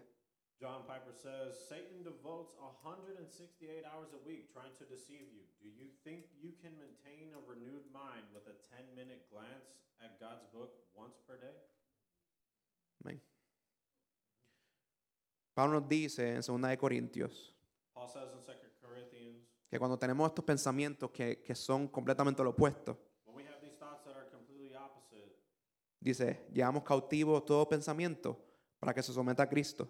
S1: John Piper says, Satan devotes 168 hours a week trying to deceive you. Do you think you can maintain a renewed mind with a 10 minute glance at God's book once per day?
S2: Amén. Pablo nos dice en 2 de Corintios
S1: Paul says in 2 Corinthians,
S2: que cuando tenemos estos pensamientos que, que son completamente lo opuesto,
S1: when we have these thoughts that are completely opposite,
S2: dice, llevamos cautivo todo pensamiento para que se someta a Cristo.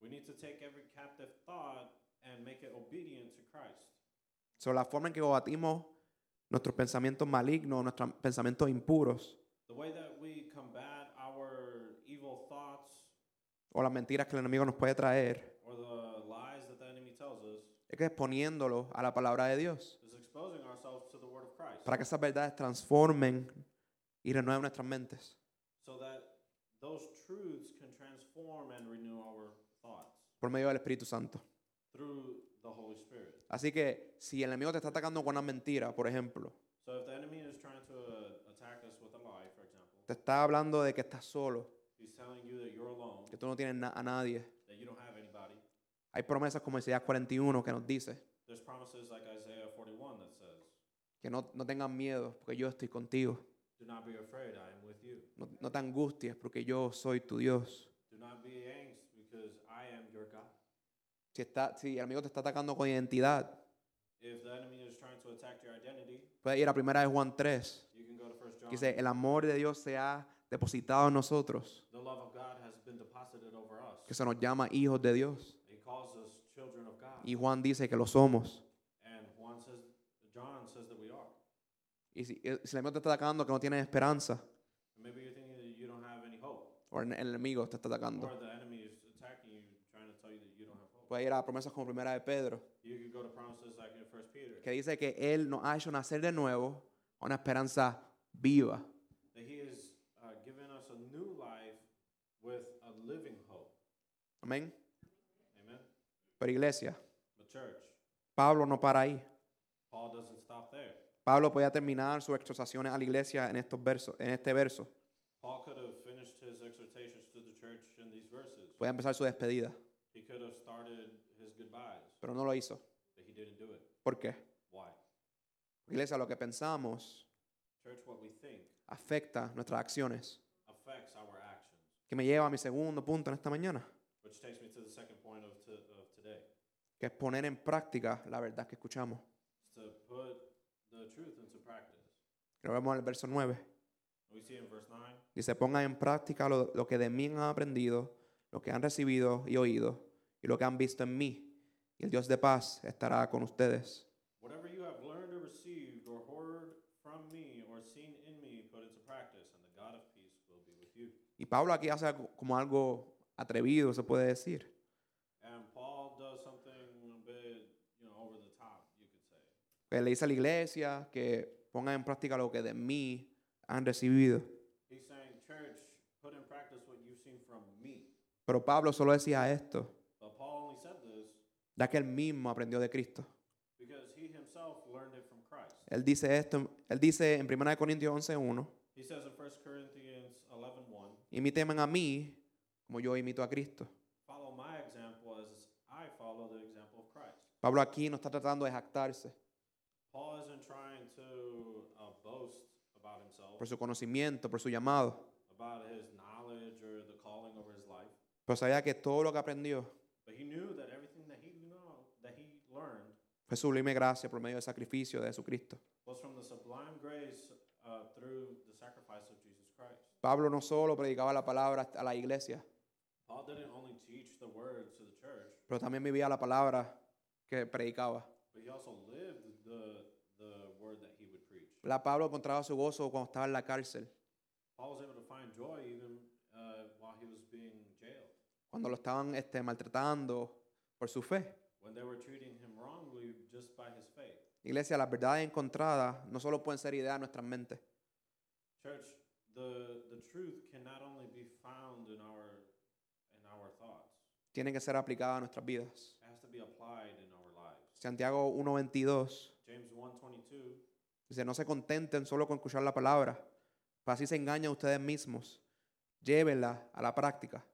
S1: We need to take every captive thought and make it obedient to Christ.
S2: Sobre la forma en que combatimos nuestros pensamientos malignos, nuestros pensamientos impuros
S1: The way that we combat our evil thoughts
S2: o las mentiras que el enemigo nos puede traer
S1: or the lies that the enemy tells us
S2: es que exponiéndolos a la palabra de Dios
S1: is exposing ourselves to the Word of Christ
S2: para que esas verdades transformen y renueven nuestras mentes.
S1: so that those truths can transform and renew our thoughts
S2: por medio del Espíritu Santo.
S1: through the Holy Spirit.
S2: Así que si el enemigo te está atacando con una mentira, por ejemplo,
S1: So if the enemy is trying to uh, attack us with a lie, for example,
S2: te está hablando de que estás solo,
S1: he's telling you that you're alone,
S2: que tú no tienes na- a nadie.
S1: that you don't have anybody.
S2: Hay promesas como Isaías 41 que nos dice
S1: There's promises like Isaiah 41 that says,
S2: que no, no tengas miedo porque yo estoy contigo.
S1: "Do not be afraid, I am with you."
S2: No, no te angusties porque yo soy tu Dios.
S1: Do not be angst because I am your God.
S2: Si, está, si el enemigo te está atacando con identidad,
S1: If the enemy is trying to attack your identity,
S2: puedes ir a primera de Juan 3.
S1: you can go to First John.
S2: que Dice, el amor de Dios se ha depositado en nosotros,
S1: The love of God has been deposited over us.
S2: que se nos llama hijos de Dios.
S1: He calls us children of God.
S2: Y Juan dice que lo somos.
S1: And Juan says, John says that we are.
S2: Y si, eh, si el enemigo te está atacando que no tienes esperanza,
S1: And maybe you're thinking that you don't have any hope,
S2: o el el enemigo te está
S1: or
S2: atacando.
S1: the enemy is attacking you, trying to tell you that you don't have hope.
S2: Puede ir a promesas como primera de Pedro,
S1: You could go to promises like in First Peter
S2: que dice que Él nos ha hecho nacer de nuevo a una esperanza viva.
S1: that He has uh, given us a new life with a living hope.
S2: Amén.
S1: Amen.
S2: Pero iglesia,
S1: The church.
S2: Pablo no para ahí.
S1: Paul doesn't stop there.
S2: Pablo podía terminar sus exhortaciones a la iglesia en, estos versos, en este verso.
S1: Paul could have finished his exhortations to the church in these verses.
S2: Podía empezar su despedida,
S1: He could have started his goodbyes,
S2: pero no lo hizo.
S1: but he didn't do it.
S2: ¿Por qué?
S1: Why?
S2: Iglesia, lo que pensamos
S1: Church, what we think
S2: afecta nuestras acciones.
S1: affects our actions,
S2: Que me lleva a mi segundo punto en esta mañana,
S1: which takes me to the second point of, to, of today.
S2: que es poner en práctica la verdad que escuchamos.
S1: It's to put the truth into practice.
S2: Lo vemos en el verso 9.
S1: We see in verse 9,
S2: Dice, pongan en práctica lo, lo que de mí han aprendido, lo que han recibido y oído, y lo que han visto en mí. Y el Dios de paz estará con ustedes.
S1: whatever you have learned or received or heard from me or seen in me, put into practice, and the God of peace will be with you.
S2: Y Pablo aquí hace algo- como algo atrevido, se puede decir.
S1: And Paul does something a bit, you know, over the top, you could say.
S2: Que le dice a la iglesia que pongan en práctica lo que de mí han recibido.
S1: He's saying, church, put in practice what you've seen from me.
S2: Pero Pablo solo decía esto,
S1: But Paul only said this
S2: ya que él mismo aprendió de Cristo.
S1: because he himself learned it from Christ.
S2: Él dice esto, él dice en 1 de Corintios 11.1,
S1: He says in 1 Corinthians 11:1,
S2: imiten a mí como yo imito a Cristo.
S1: follow my example as I follow the example of Christ.
S2: Pablo aquí no está tratando de jactarse.
S1: Paul isn't trying to uh, boast about himself,
S2: por su conocimiento, por su llamado.
S1: about his knowledge or the calling over his life,
S2: Pero sabía que todo lo que aprendió
S1: but he knew that everything that he know that he learned
S2: fue sublime gracia por medio del sacrificio de Jesucristo.
S1: was from the sublime grace uh, through the sacrifice of Jesus Christ.
S2: Pablo no solo predicaba la palabra a la iglesia,
S1: Paul didn't only teach the word to the church,
S2: pero también vivía la palabra que predicaba.
S1: but he also lived the the word that he would preach.
S2: La Pablo encontraba su gozo cuando estaba en la cárcel,
S1: Paul was able to find joy even uh, while he was being jailed.
S2: cuando lo estaban este, maltratando por su fe.
S1: When they were treating him wrongly just by his faith.
S2: Iglesia, las verdades encontradas no solo pueden ser ideas en nuestras mentes,
S1: Church, the the truth can not only be found in our in our thoughts.
S2: tienen que ser aplicadas a nuestras vidas.
S1: It has to be applied in our lives.
S2: Santiago 1.22
S1: James 1:22
S2: Dice, no se contenten solo con escuchar la palabra, pues así se engañan a ustedes mismos. Llévenla a la práctica.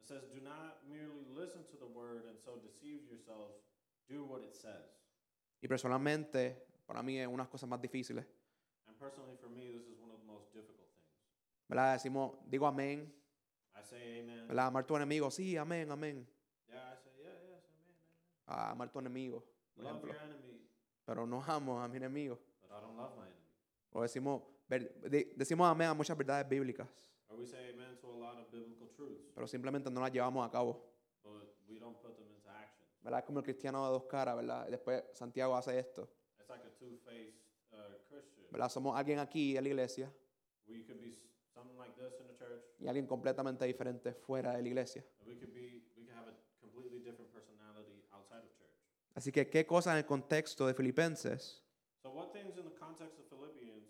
S1: it says, "Do not merely listen to the word and so deceive yourselves. Do what it says."
S2: Y personalmente, para mí es una de las cosas más difíciles.
S1: And personally for me, this is one of the most difficult things.
S2: ¿Verdad? Decimos, digo amén.
S1: I say amen.
S2: ¿Verdad? Amar tu enemigo. Sí, amén, amén.
S1: Yeah, I say yeah, yes, amen. amen.
S2: Ah, amar tu enemigo, por
S1: Love
S2: ejemplo.
S1: your enemy,
S2: Pero no amo a mi enemigo.
S1: but I don't love my enemy.
S2: O decimos, ver- de- decimos amén a muchas verdades bíblicas,
S1: Or we say amen to a lot of biblical truths,
S2: pero simplemente no las llevamos a cabo.
S1: but we don't put them into action.
S2: ¿Verdad? Es como el cristiano de dos caras, ¿verdad? Y Después Santiago hace esto.
S1: It's like a two-faced uh, Christian.
S2: ¿Verdad? Somos alguien aquí en la iglesia
S1: We could be s- something like this in the church,
S2: y alguien completamente diferente fuera de la iglesia.
S1: and we could be we could have a completely different personality outside of church.
S2: Así que, ¿qué cosas en el contexto de Filipenses
S1: So, what things in the context of Philippians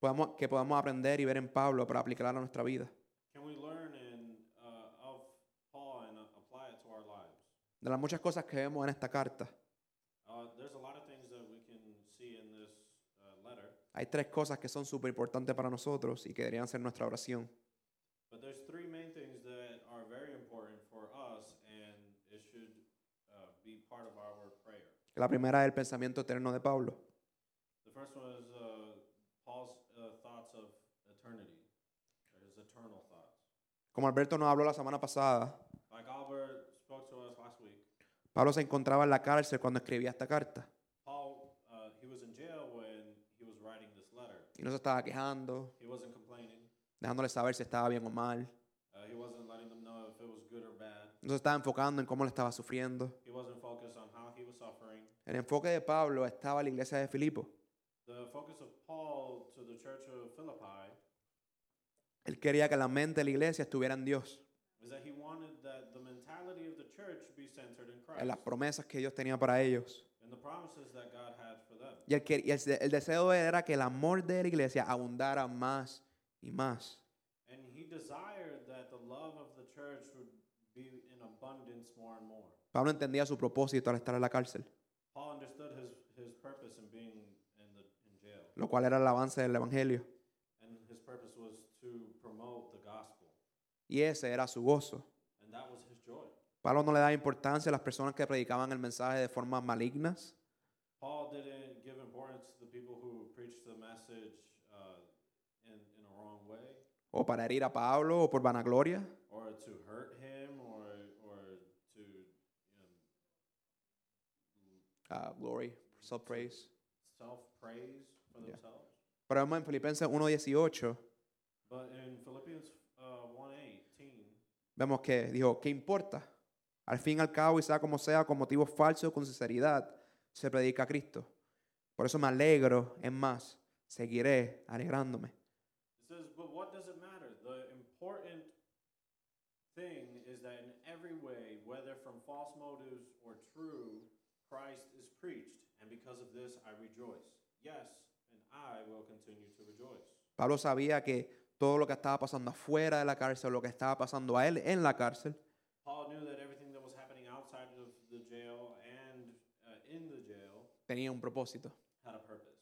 S2: podamos- que podamos aprender y ver en Pablo para aplicar a nuestra vida?
S1: can we learn in uh, of Paul and uh, apply it to our lives?
S2: De las muchas cosas que vemos en esta carta,
S1: Uh, there's a lot of things that we can see in this uh, letter,
S2: hay tres cosas que son súper importantes para nosotros y que deberían ser nuestra oración.
S1: but there's three main things that are very important for us, and it should uh, be part of our prayer.
S2: La primera es el pensamiento eterno de Pablo.
S1: The first one is uh, Paul's uh, thoughts of eternity, or his eternal thoughts.
S2: Como Alberto nos habló la semana pasada,
S1: Like Albert spoke to us last week,
S2: Pablo se encontraba en la cárcel cuando escribía esta carta
S1: Paul, uh, he was in jail when he was writing this letter.
S2: y no se estaba quejando,
S1: He wasn't complaining.
S2: dejándole saber si estaba bien o mal,
S1: Uh, he wasn't letting them know if it was good or bad.
S2: no se estaba enfocando en cómo le estaba sufriendo.
S1: He wasn't focused on how he was suffering.
S2: El enfoque de Pablo estaba en la iglesia de Filipo.
S1: The focus of Paul to the church of Philippi
S2: Él quería que la mente de la iglesia estuviera en Dios,
S1: is that he wanted that the mentality of the church be centered in
S2: en
S1: Christ
S2: las promesas que Dios tenía para ellos.
S1: and the promises that God had for them.
S2: Y, él quer- y el, se- el deseo de él era que el amor de la iglesia abundara más y más.
S1: And he desired that the love of the church would be in abundance more and more.
S2: Pablo entendía su propósito al estar en la cárcel.
S1: Paul understood his, his purpose in being in, the, in jail.
S2: lo cual era el avance del Evangelio.
S1: And his purpose was to promote the gospel.
S2: Y ese era su gozo.
S1: And that was his joy.
S2: Pablo no le daba importancia a las personas que predicaban el mensaje de formas malignas.
S1: Paul didn't give importance to the people who preached the message uh, in, in a wrong way
S2: o para herir a Pablo o por vanagloria.
S1: or to hurt him or, or to you know,
S2: Ah, glory, self-praise.
S1: self praise for
S2: Yeah.
S1: themselves.
S2: Pero vemos en Filipenses 1.18,
S1: But in Philippians uh, 1.18,
S2: vemos que dijo, ¿qué importa? Al fin y al cabo, y sea como sea, con motivos falsos, con sinceridad, se predica a Cristo. Por eso me alegro, es más, seguiré alegrándome.
S1: It says, but what does it matter? The important thing is that in every way, whether from false motives or true, Christ is preached, and because of this I rejoice. Yes, and I will continue to rejoice.
S2: Pablo sabía que todo lo que estaba pasando afuera de la cárcel, lo que estaba pasando a él en la cárcel,
S1: Paul knew that everything that was happening outside of the jail and uh, in the jail
S2: tenía un propósito.
S1: had a purpose.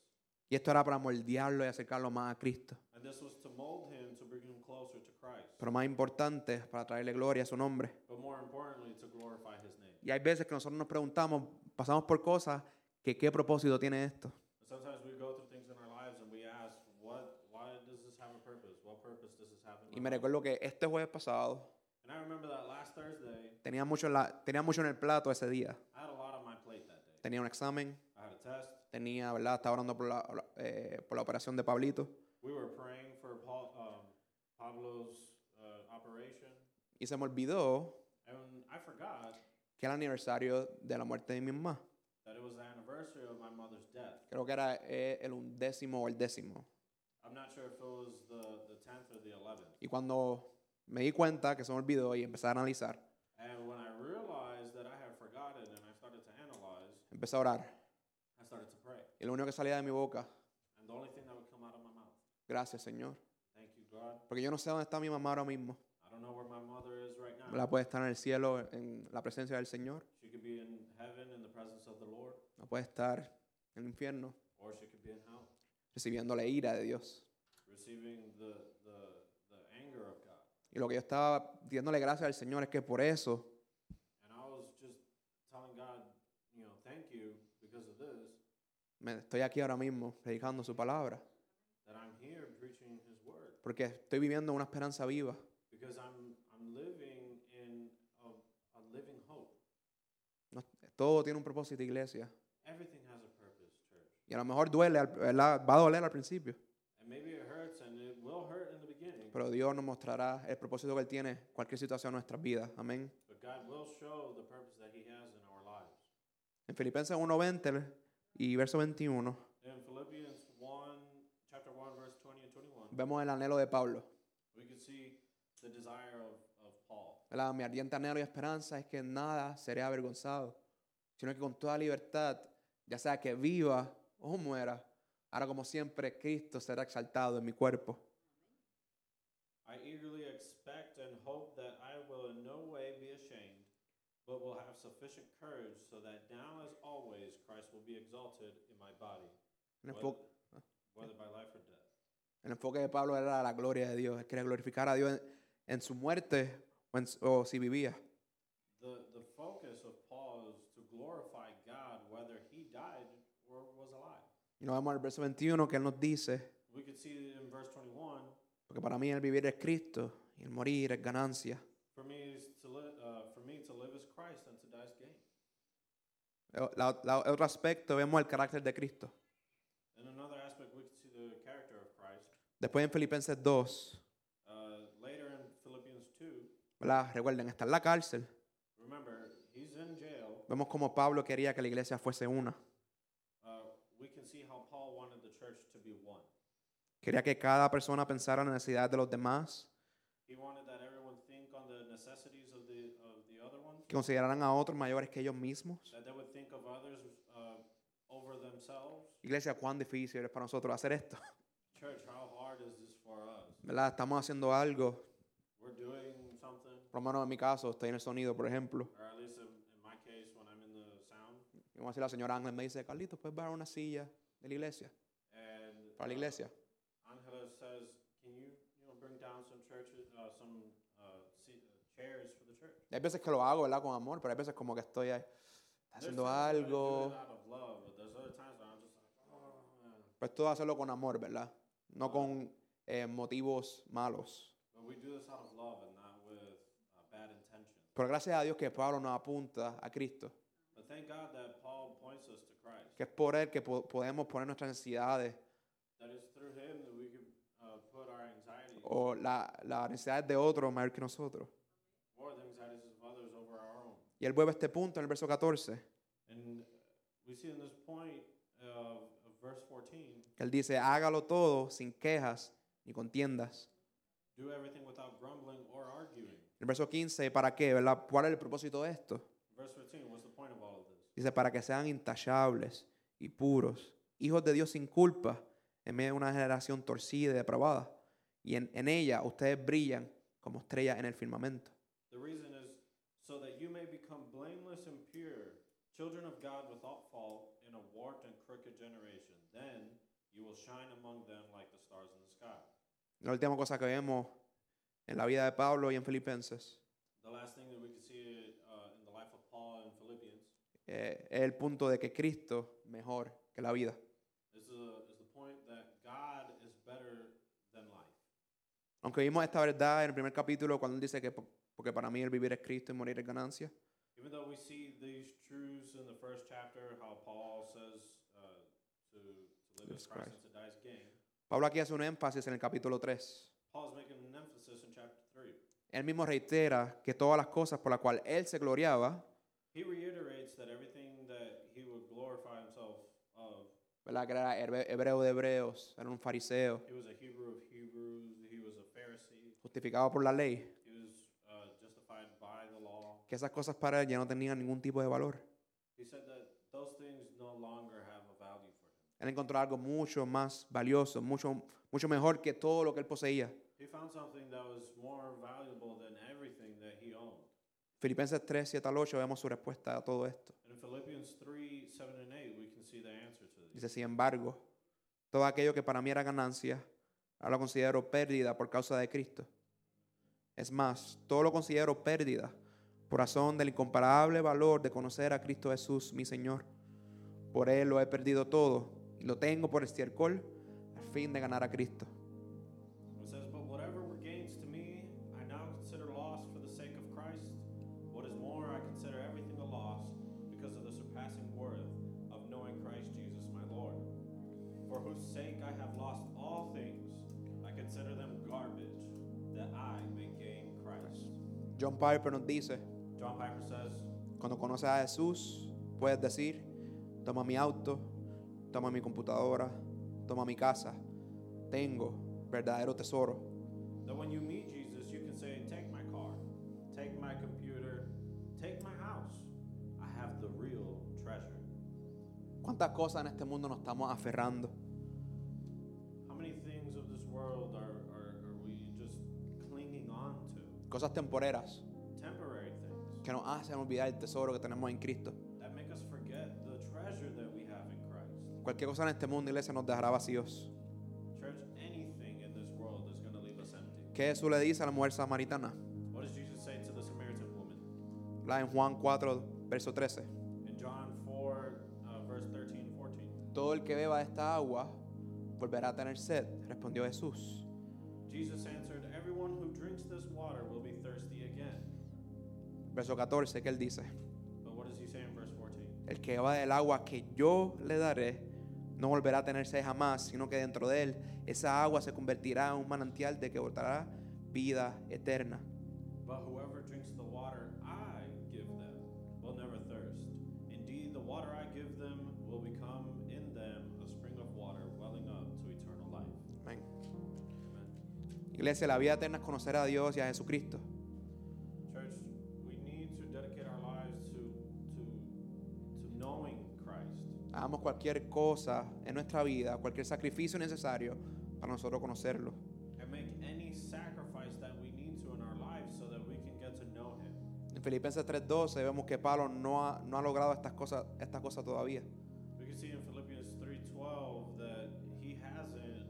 S2: Y esto era para moldearlo y acercarlo más a Cristo.
S1: And this was to mold him to bring him closer to Christ,
S2: Pero más importante, para traerle gloria a su nombre.
S1: but more importantly, to glorify his name.
S2: Y hay veces que nosotros nos preguntamos, pasamos por cosas, que qué propósito tiene esto.
S1: And Sometimes we go through things in our lives and we ask, what, why does this have a purpose? What purpose does this have
S2: Y
S1: in my
S2: me
S1: life?
S2: recuerdo que este jueves pasado
S1: And I remember that last Thursday,
S2: tenía mucho, en la- tenía mucho en el plato ese día.
S1: I had a lot on my plate that day.
S2: Tenía un examen,
S1: I had a test.
S2: tenía, ¿verdad? Estaba orando por la, la- eh, por la operación de Pablito.
S1: We were praying for Paul, um, Pablo's uh, operation.
S2: Y se me olvidó
S1: And I forgot
S2: que era el aniversario de la muerte de mi mamá.
S1: that it was the anniversary of my mother's death.
S2: Creo que era eh, el undécimo o el décimo.
S1: I'm not sure if it was the, the 10th or the 11th.
S2: Y cuando me di cuenta que se me olvidó y empecé a analizar,
S1: And when I realized that I had forgotten and I started to analyze,
S2: empecé a orar.
S1: I started to pray.
S2: Y lo único que salía de mi boca,
S1: And the only thing that would come out of my mouth,
S2: gracias Señor.
S1: thank you, God.
S2: Porque yo no sé dónde está mi mamá ahora mismo.
S1: I don't know where my mother is right now.
S2: La puede estar en el cielo, en la presencia del Señor.
S1: She could be in heaven in the presence of the Lord,
S2: No puede estar en el infierno
S1: or she could be in hell,
S2: recibiendo la ira de Dios.
S1: receiving the, the, the anger of God.
S2: Y lo que yo estaba dándole gracias al Señor es que por eso
S1: And I was just telling God, you know, thank you because of this,
S2: me estoy aquí ahora mismo predicando su palabra.
S1: that I'm here preaching His word,
S2: Porque estoy viviendo una esperanza viva.
S1: because I'm, I'm living in a, a living hope.
S2: No- todo tiene un propósito, iglesia.
S1: Everything has a purpose, church.
S2: Y a lo mejor duele, al- ¿verdad? va a doler al principio.
S1: And maybe it hurts, and it will hurt in the beginning,
S2: Pero Dios nos mostrará el propósito que Él tiene en cualquier situación en nuestras vidas. Amén.
S1: but God will show the purpose that He has in our lives.
S2: En Filipenses 1.20 y verso 21
S1: In Philippians 1, chapter 1, verse 20 and 21.
S2: vemos el anhelo de Pablo.
S1: we can see the desire of, of Paul.
S2: ¿verdad? Mi ardiente anhelo y esperanza es que en nada seré avergonzado, sino que con toda libertad, ya sea que viva o muera, ahora como siempre Cristo será exaltado en mi cuerpo.
S1: I eagerly expect and hope that I will in no way be ashamed, but will have sufficient courage so that now, as always, Christ will be exalted in my body,
S2: El, enfo-
S1: whether, whether by life or death.
S2: el enfoque de Pablo era la gloria de Dios. Él quería glorificar a Dios en, en su muerte o, en s- o si vivía.
S1: The, the focus of Paul is to glorify God whether he died or was alive.
S2: Y nos vemos en el verso 21 que Él nos dice,
S1: We can see in verse 21
S2: porque para mí el vivir es Cristo y el morir es ganancia.
S1: for me, is to li- uh, for me to live is Christ and to die is gain.
S2: Eh, la- la- el otro aspecto, vemos el carácter de Cristo.
S1: In another aspect, we can see the character of Christ.
S2: Después en Filipenses 2,
S1: Uh, later in Philippians 2,
S2: ¿verdad? recuerden, está en la cárcel.
S1: remember, he's in jail.
S2: Vemos como Pablo quería que la iglesia fuese una.
S1: Uh, we can see how Paul wanted the church to be one.
S2: Quería que cada persona pensara en la necesidad de los demás,
S1: He wanted that everyone think on the necessities of the, of the other ones,
S2: que consideraran a otros mayores que ellos mismos.
S1: that they would think of others uh, over themselves.
S2: Iglesia, cuán difícil es para nosotros hacer esto.
S1: Church, how hard is this for us?
S2: ¿Verdad? Estamos haciendo algo.
S1: We're doing something,
S2: Por lo menos en mi caso, estoy en el sonido, por ejemplo.
S1: or at least in, in my case, when I'm in the sound,
S2: Y vamos a decir, la señora Ángel me dice, Carlito, ¿puedes bajar una silla de la iglesia?
S1: and uh,
S2: para la iglesia.
S1: Angela says, "Can you, you know, bring down some churches, uh, some uh, seat, uh, chairs for the church?"
S2: Y hay veces que lo hago, ¿verdad? Con amor, pero hay veces como que estoy ahí,
S1: There's
S2: haciendo
S1: times when I do
S2: algo.
S1: it out of love, but there's other times when I'm just like, "Oh, man."
S2: Pues todo hacerlo con amor, ¿verdad? No con eh, motivos malos.
S1: But we do this out of love and not with uh, bad intentions.
S2: Pero gracias a Dios que Pablo nos apunta a Cristo,
S1: But thank God that Paul points us to Christ.
S2: que es por Él que po- podemos poner nuestras necesidades
S1: That it's through Him that we can uh, put our anxieties,
S2: o la- las necesidades de otro mayor que nosotros.
S1: or the anxieties of others, over our own.
S2: Y Él vuelve a este punto en el verso 14,
S1: And we see in this point of, of verse 14,
S2: que Él dice, hágalo todo sin quejas ni contiendas.
S1: do everything without grumbling or arguing.
S2: El verso 15, ¿para qué? ¿Verdad? ¿Cuál es el propósito de esto?
S1: Verse 15, what's the point of all of this?
S2: Dice, para que sean intachables y puros, hijos de Dios sin culpa, en medio de una generación torcida y depravada. Y en, en ella ustedes brillan como estrellas en el firmamento.
S1: The reason is so that you may become blameless and pure, children of God without fault in a warped and crooked generation. Then you will shine among them like the stars in the sky.
S2: La última cosa que vemos en la vida de Pablo y en Filipenses
S1: The last thing that we can see uh, in the life of Paul in Philippians
S2: eh, es el punto de que Cristo mejor que la vida.
S1: is the, is the point that God is better than life.
S2: Aunque vimos esta verdad en el primer capítulo cuando él dice que po- porque para mí el vivir es Cristo y morir es ganancia,
S1: Even though we see these truths in the first chapter, how Paul says uh, to, to live
S2: Lives
S1: as Christ and
S2: Christ.
S1: to die is gain,
S2: Pablo aquí hace un énfasis en el capítulo 3.
S1: Paul's making an emphasis in chapter 3.
S2: Él mismo reitera que todas las cosas por las cuales él se gloriaba
S1: He reiterates that everything that he would glorify himself of,
S2: ¿verdad? Que era herbe- hebreo de hebreos, era un fariseo,
S1: he was a Hebrew of Hebrews, he was a Pharisee,
S2: justificado por la ley,
S1: he was uh, justified by the law.
S2: que esas cosas para él ya no tenían ningún tipo de valor.
S1: He said that those things no longer have a value for him.
S2: Él encontró algo mucho más valioso, mucho, mucho mejor que todo lo que él poseía.
S1: He found something that was more valuable than everything that he owned.
S2: Filipenses 3, 7 al 8 vemos su respuesta a todo esto.
S1: And in Philippians 3 7 and 8, we can see the answer to this.
S2: Dice, sin embargo, todo aquello que para mí era ganancia, ahora lo considero pérdida por causa de Cristo. Es más, todo lo considero pérdida por razón del incomparable valor de conocer a Cristo Jesús, mi Señor. Por Él lo he perdido todo y lo tengo por estiércol al fin de ganar a Cristo.
S1: It says, But whatever were gains to me, I now consider loss for the sake of Christ. What is more, I consider everything a loss because of the surpassing worth of knowing Christ Jesus my Lord, for whose sake I have lost all things. I consider them garbage, that I may gain Christ.
S2: John Piper nos dice,
S1: John Piper says,
S2: cuando conoces a Jesús, puedes decir, toma mi auto, toma mi computadora, toma mi casa, tengo verdadero tesoro.
S1: that when you meet Jesus, you can say, Take my car, take my computer, take my house. I have the real treasure.
S2: ¿Cuántas cosas en este mundo nos estamos aferrando?
S1: How many things of this world are, are, are we just clinging on to?
S2: Cosas temporeras
S1: Temporary things
S2: que nos hacen olvidar el tesoro que tenemos en Cristo.
S1: that make us forget the treasure that we have in Christ.
S2: Cualquier cosa en este mundo, iglesia, nos dejará vacíos.
S1: Church, anything in this world is going to leave us empty.
S2: ¿Qué Jesús le dice a la mujer samaritana?
S1: What does Jesus say to the Samaritan woman?
S2: La en Juan 4, verso 13.
S1: In John 4, uh, verse 13 and 14,
S2: Todo el que beba de esta agua volverá a tener sed, respondió Jesús.
S1: Jesus answered, Everyone who drinks this water will be thirsty again.
S2: Verso 14, que él dice,
S1: But what does he say in verse 14?
S2: el que beba del agua que yo le daré, no volverá a tener sed jamás, sino que dentro de él esa agua se convertirá en un manantial de que brotará vida eterna.
S1: But whoever drinks the water I give them will never thirst. Indeed, the water I give them will become in them a spring of water welling up to eternal life.
S2: Amén.
S1: Amen.
S2: Iglesia, la vida eterna es conocer a Dios y a Jesucristo.
S1: Church, we need to dedicate our lives to to to knowing Christ.
S2: Hagamos cualquier cosa en nuestra vida, cualquier sacrificio necesario para nosotros conocerlo.
S1: And make any sacrifice that we need to in our lives so that we can get to know him.
S2: En Filipenses 3:12 vemos que Pablo no ha, no ha logrado estas cosas, estas cosas todavía.
S1: We can see in Philippians 3:12 that he hasn't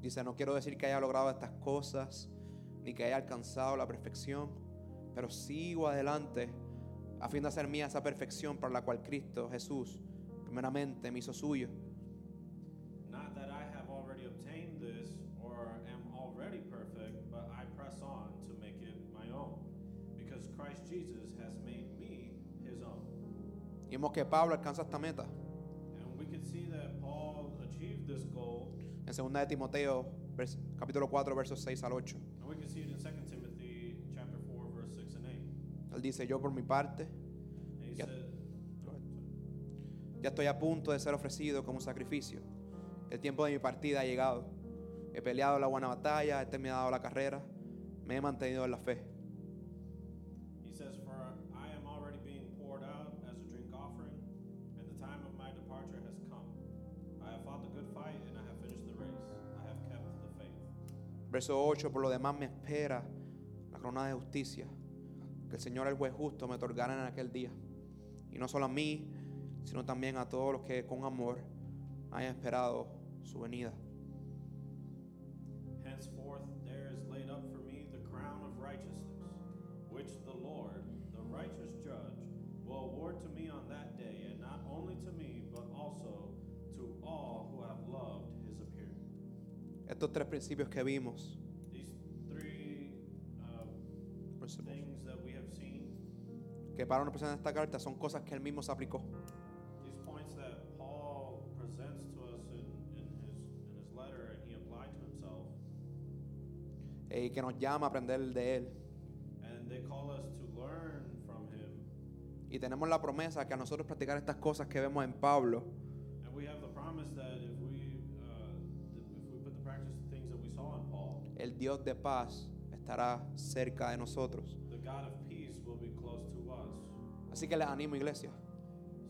S2: Dice, no quiero decir que haya logrado estas cosas, ni que haya alcanzado la perfección, pero sigo adelante a fin de hacer mía esa perfección para la cual Cristo Jesús primeramente me hizo suyo.
S1: Not that I have already obtained this or am already perfect, but I press on to make it my own, because Christ Jesus has made me his own.
S2: Y vemos que Pablo alcanza esta meta.
S1: And we can see that Paul achieved this goal,
S2: En 2 de Timoteo, vers- capítulo 4, versos 6 al 8.
S1: and we can see it in 2 Timothy chapter 4 verse 6 and 8.
S2: Él dice, yo por mi parte
S1: And he
S2: Yeah.
S1: said,
S2: ya estoy a punto de ser ofrecido como un sacrificio. El tiempo de mi partida ha llegado. He peleado la buena batalla, he terminado la carrera, me he mantenido en la fe.
S1: He says, For I am already being poured out as a drink offering, and the time of my departure has come. I have fought the good fight, and I have finished the race. I have kept the faith.
S2: Verso 8, por lo demás me espera la corona de justicia, que el Señor el juez justo me otorgará en aquel día. Y no solo a mí, sino también a todos los que con amor hayan esperado su venida.
S1: Henceforth there is laid up for me the crown of righteousness, which the Lord, the righteous judge, will award to me on that day, and not only to me, but also to all who have loved his appearing.
S2: Estos tres principios que vimos,
S1: These three uh, things that we have seen
S2: que Pablo nos presenta en esta carta, son cosas que él mismo se aplicó.
S1: These points that Paul presents to us in, in his in his letter and he applied to himself,
S2: eh, y que nos llama a aprender de él.
S1: and they call us to learn from him.
S2: Y tenemos la promesa que a nosotros practicar estas cosas que vemos en Pablo,
S1: And we have the promise that if we uh, th- if we put the practice to things that we saw in Paul,
S2: el Dios de paz estará cerca de nosotros.
S1: the God of peace will be close to us.
S2: Así que les animo, iglesia,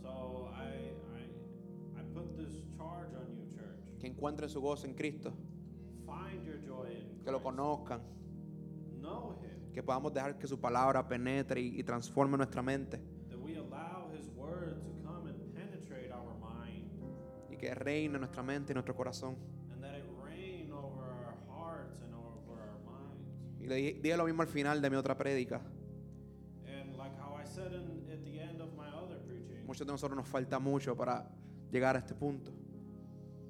S1: So I I I put this charge on you, church.
S2: que encuentren su gozo en Cristo,
S1: Find your joy in
S2: que lo
S1: Christ.
S2: conozcan,
S1: Know him.
S2: que podamos dejar que su palabra penetre y, y transforme nuestra mente,
S1: That we allow his word to come and penetrate our mind.
S2: y que reine nuestra mente y nuestro corazón.
S1: and that it rain over our hearts and over our minds.
S2: Y le di- dije lo mismo al final de mi otra prédica.
S1: And like how I said in, at the end of my other preaching,
S2: Muchos de nosotros nos falta mucho para llegar a este punto,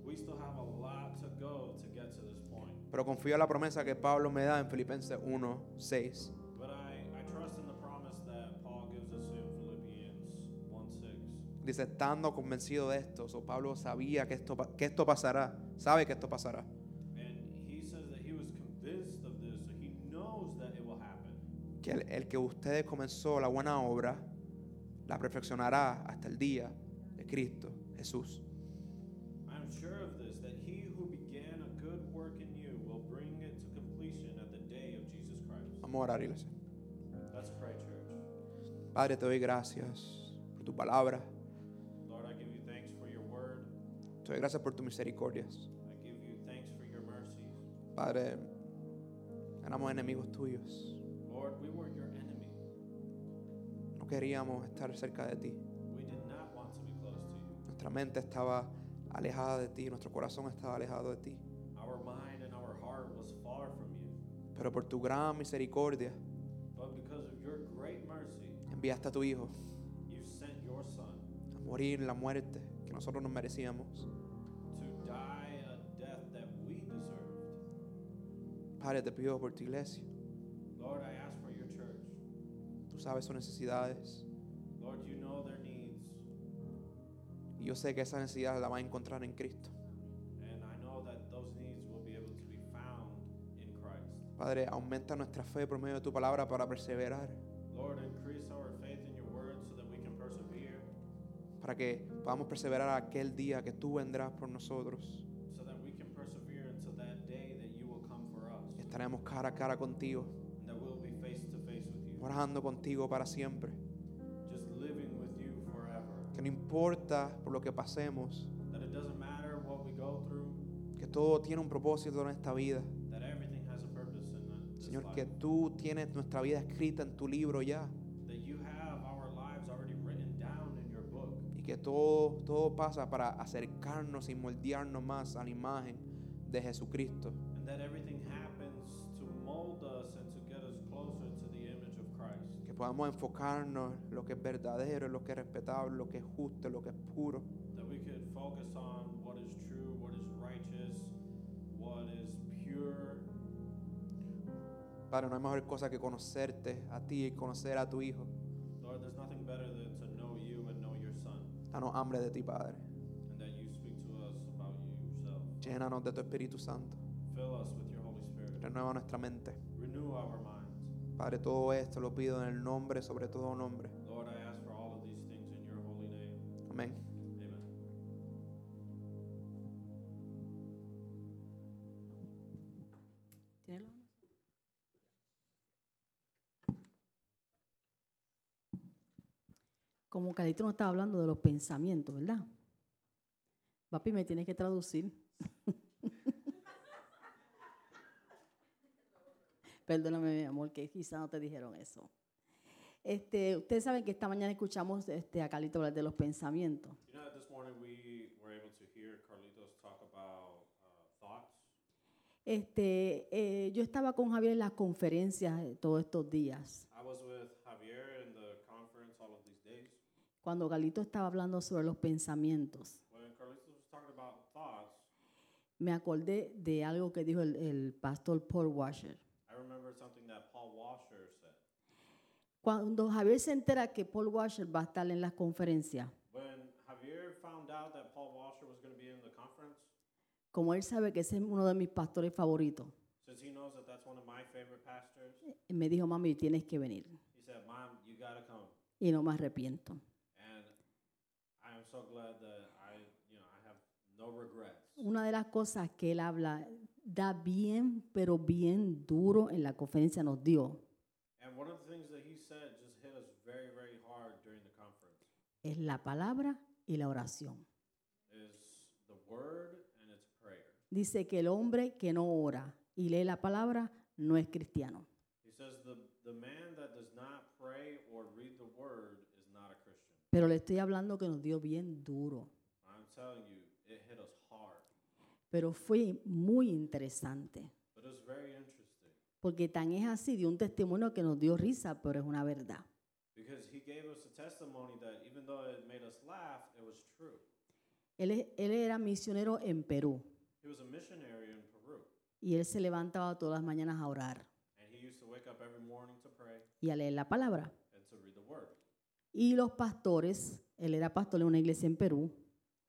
S1: we still have a lot to go to get to this point.
S2: pero confío en la promesa que Pablo me da en Filipenses 1, 6.
S1: But I, I trust in the promise that Paul gives us in Philippians 1 6.
S2: Dice, estando convencido de esto, so Pablo sabía que esto, pa- que esto pasará, sabe que esto pasará.
S1: And he says that he was convinced of this, so he knows that it will happen.
S2: Que el, el que ustedes comenzó la buena obra, la perfeccionará hasta el día de Cristo Jesús.
S1: I'm sure of this, that he who began a good work in you will bring it to completion at the day of Jesus Christ.
S2: Vamos a orar, iglesia.
S1: Let's pray, church.
S2: Padre, te doy gracias por tu palabra,
S1: Lord, I give you thanks for your word.
S2: te doy gracias por tus misericordias.
S1: I give you thanks for your mercies.
S2: Padre, éramos enemigos tuyos,
S1: Lord, we were your enemy.
S2: no queríamos estar cerca de ti,
S1: We did not want to be close to you.
S2: nuestra mente estaba alejada de ti, nuestro corazón estaba alejado de ti,
S1: Our mind and our heart was far from you.
S2: pero por tu gran misericordia
S1: But because of your great mercy,
S2: enviaste a tu Hijo
S1: you sent your Son
S2: a morir la muerte que nosotros nos merecíamos.
S1: to die a death that we deserved.
S2: Padre, te pido por tu iglesia.
S1: Lord, I ask for your church.
S2: Tú sabes sus necesidades.
S1: Lord, you know their needs.
S2: Y yo sé que esa necesidad la vas a encontrar en Cristo.
S1: And I know that those needs will be able to be found in Christ.
S2: Padre, aumenta nuestra fe por medio de tu palabra para perseverar.
S1: Lord, increase our faith in your word so that we can persevere,
S2: Para que podamos perseverar aquel día que tú vendrás por nosotros.
S1: so that we can persevere until that day that you will come for us.
S2: Y estaremos cara a cara contigo.
S1: and that we'll be face to face with you,
S2: Orando contigo para siempre.
S1: just living with you forever.
S2: Que no importa por lo que pasemos.
S1: That it doesn't matter what we go through,
S2: Que todo tiene un propósito en esta vida.
S1: that everything has a purpose in that- this
S2: Señor,
S1: life.
S2: que tú tienes nuestra vida escrita en tu libro ya.
S1: That you have our lives already written down in your book,
S2: y que todo, todo pasa para acercarnos y moldearnos más a la imagen de Jesucristo.
S1: and that everything happens to mold us and to get us closer to the image of Christ.
S2: Que podamos enfocarnos en lo que es verdadero, en lo que es respetable, en lo que es justo, en lo que es puro.
S1: That we could focus on what is true, what is righteous, what is pure.
S2: Padre, no hay mejor cosa que conocerte a ti y conocer a tu Hijo.
S1: Lord, there's nothing better than to know you and know your Son,
S2: Danos hambre de ti, Padre.
S1: and that you speak to us about you yourself.
S2: Llénanos de tu Espíritu Santo.
S1: Fill us with your Holy Spirit.
S2: Renueva nuestra mente.
S1: Renew our minds.
S2: Padre, todo esto lo pido en el nombre, sobre todo nombre.
S1: Lord, I ask for all of these things in your holy name.
S2: Amén.
S1: Amen.
S3: ¿Tiene la mano? Como Calito no estaba hablando de los pensamientos, ¿verdad? Papi, me tienes que traducir. Perdóname, mi amor, que quizá no te dijeron eso. Este, ustedes saben que esta mañana escuchamos este, a Calito hablar de los pensamientos.
S1: You know, this morning we were able to hear Carlitos talk about uh, thoughts.
S3: Este, eh, yo estaba con Javier en las conferencias eh, todos estos días.
S1: I was with Javier in the conference all of these days.
S3: cuando Galito estaba hablando sobre los pensamientos,
S1: When Carlitos was talking about thoughts,
S3: me acordé de algo que dijo el, el pastor Paul Washer.
S1: I remembered something that Paul Washer said.
S3: Cuando Javier se entera que Paul Washer va a estar en las conferencias,
S1: When Javier found out that Paul Washer was going to be in the conference,
S3: como él sabe que ese es uno de mis pastores favoritos,
S1: since he knows that that's one of my favorite pastors,
S3: me dijo, mami, tienes que venir.
S1: he said, Mom, you got to come.
S3: Y no me arrepiento.
S1: And I am so glad that I, you know, I have no regrets.
S3: Una de las cosas que él habla, da bien, pero bien duro en la conferencia nos dio,
S1: And one of the things that he said just hit us very, very hard during the conference
S3: es la palabra y la oración.
S1: is the word and it's prayer.
S3: Dice que el hombre que no ora y lee la palabra no es cristiano.
S1: He says the, the man that does not pray or read the word is not a Christian.
S3: Pero le estoy hablando que nos dio bien duro.
S1: I'm telling you, it hit us hard.
S3: Pero fue muy interesante.
S1: But it was very interesting
S3: Porque tan es así, dio un testimonio que nos dio risa, pero es una verdad.
S1: because he gave us a testimony that even though it made us laugh, it was true.
S3: Él, es- él era misionero en Perú
S1: He was a missionary in Peru
S3: y él se levantaba todas las mañanas a orar
S1: and he used to wake up every morning to pray
S3: y a leer la palabra.
S1: and to read the word.
S3: Y los pastores, él era pastor en una iglesia en Perú,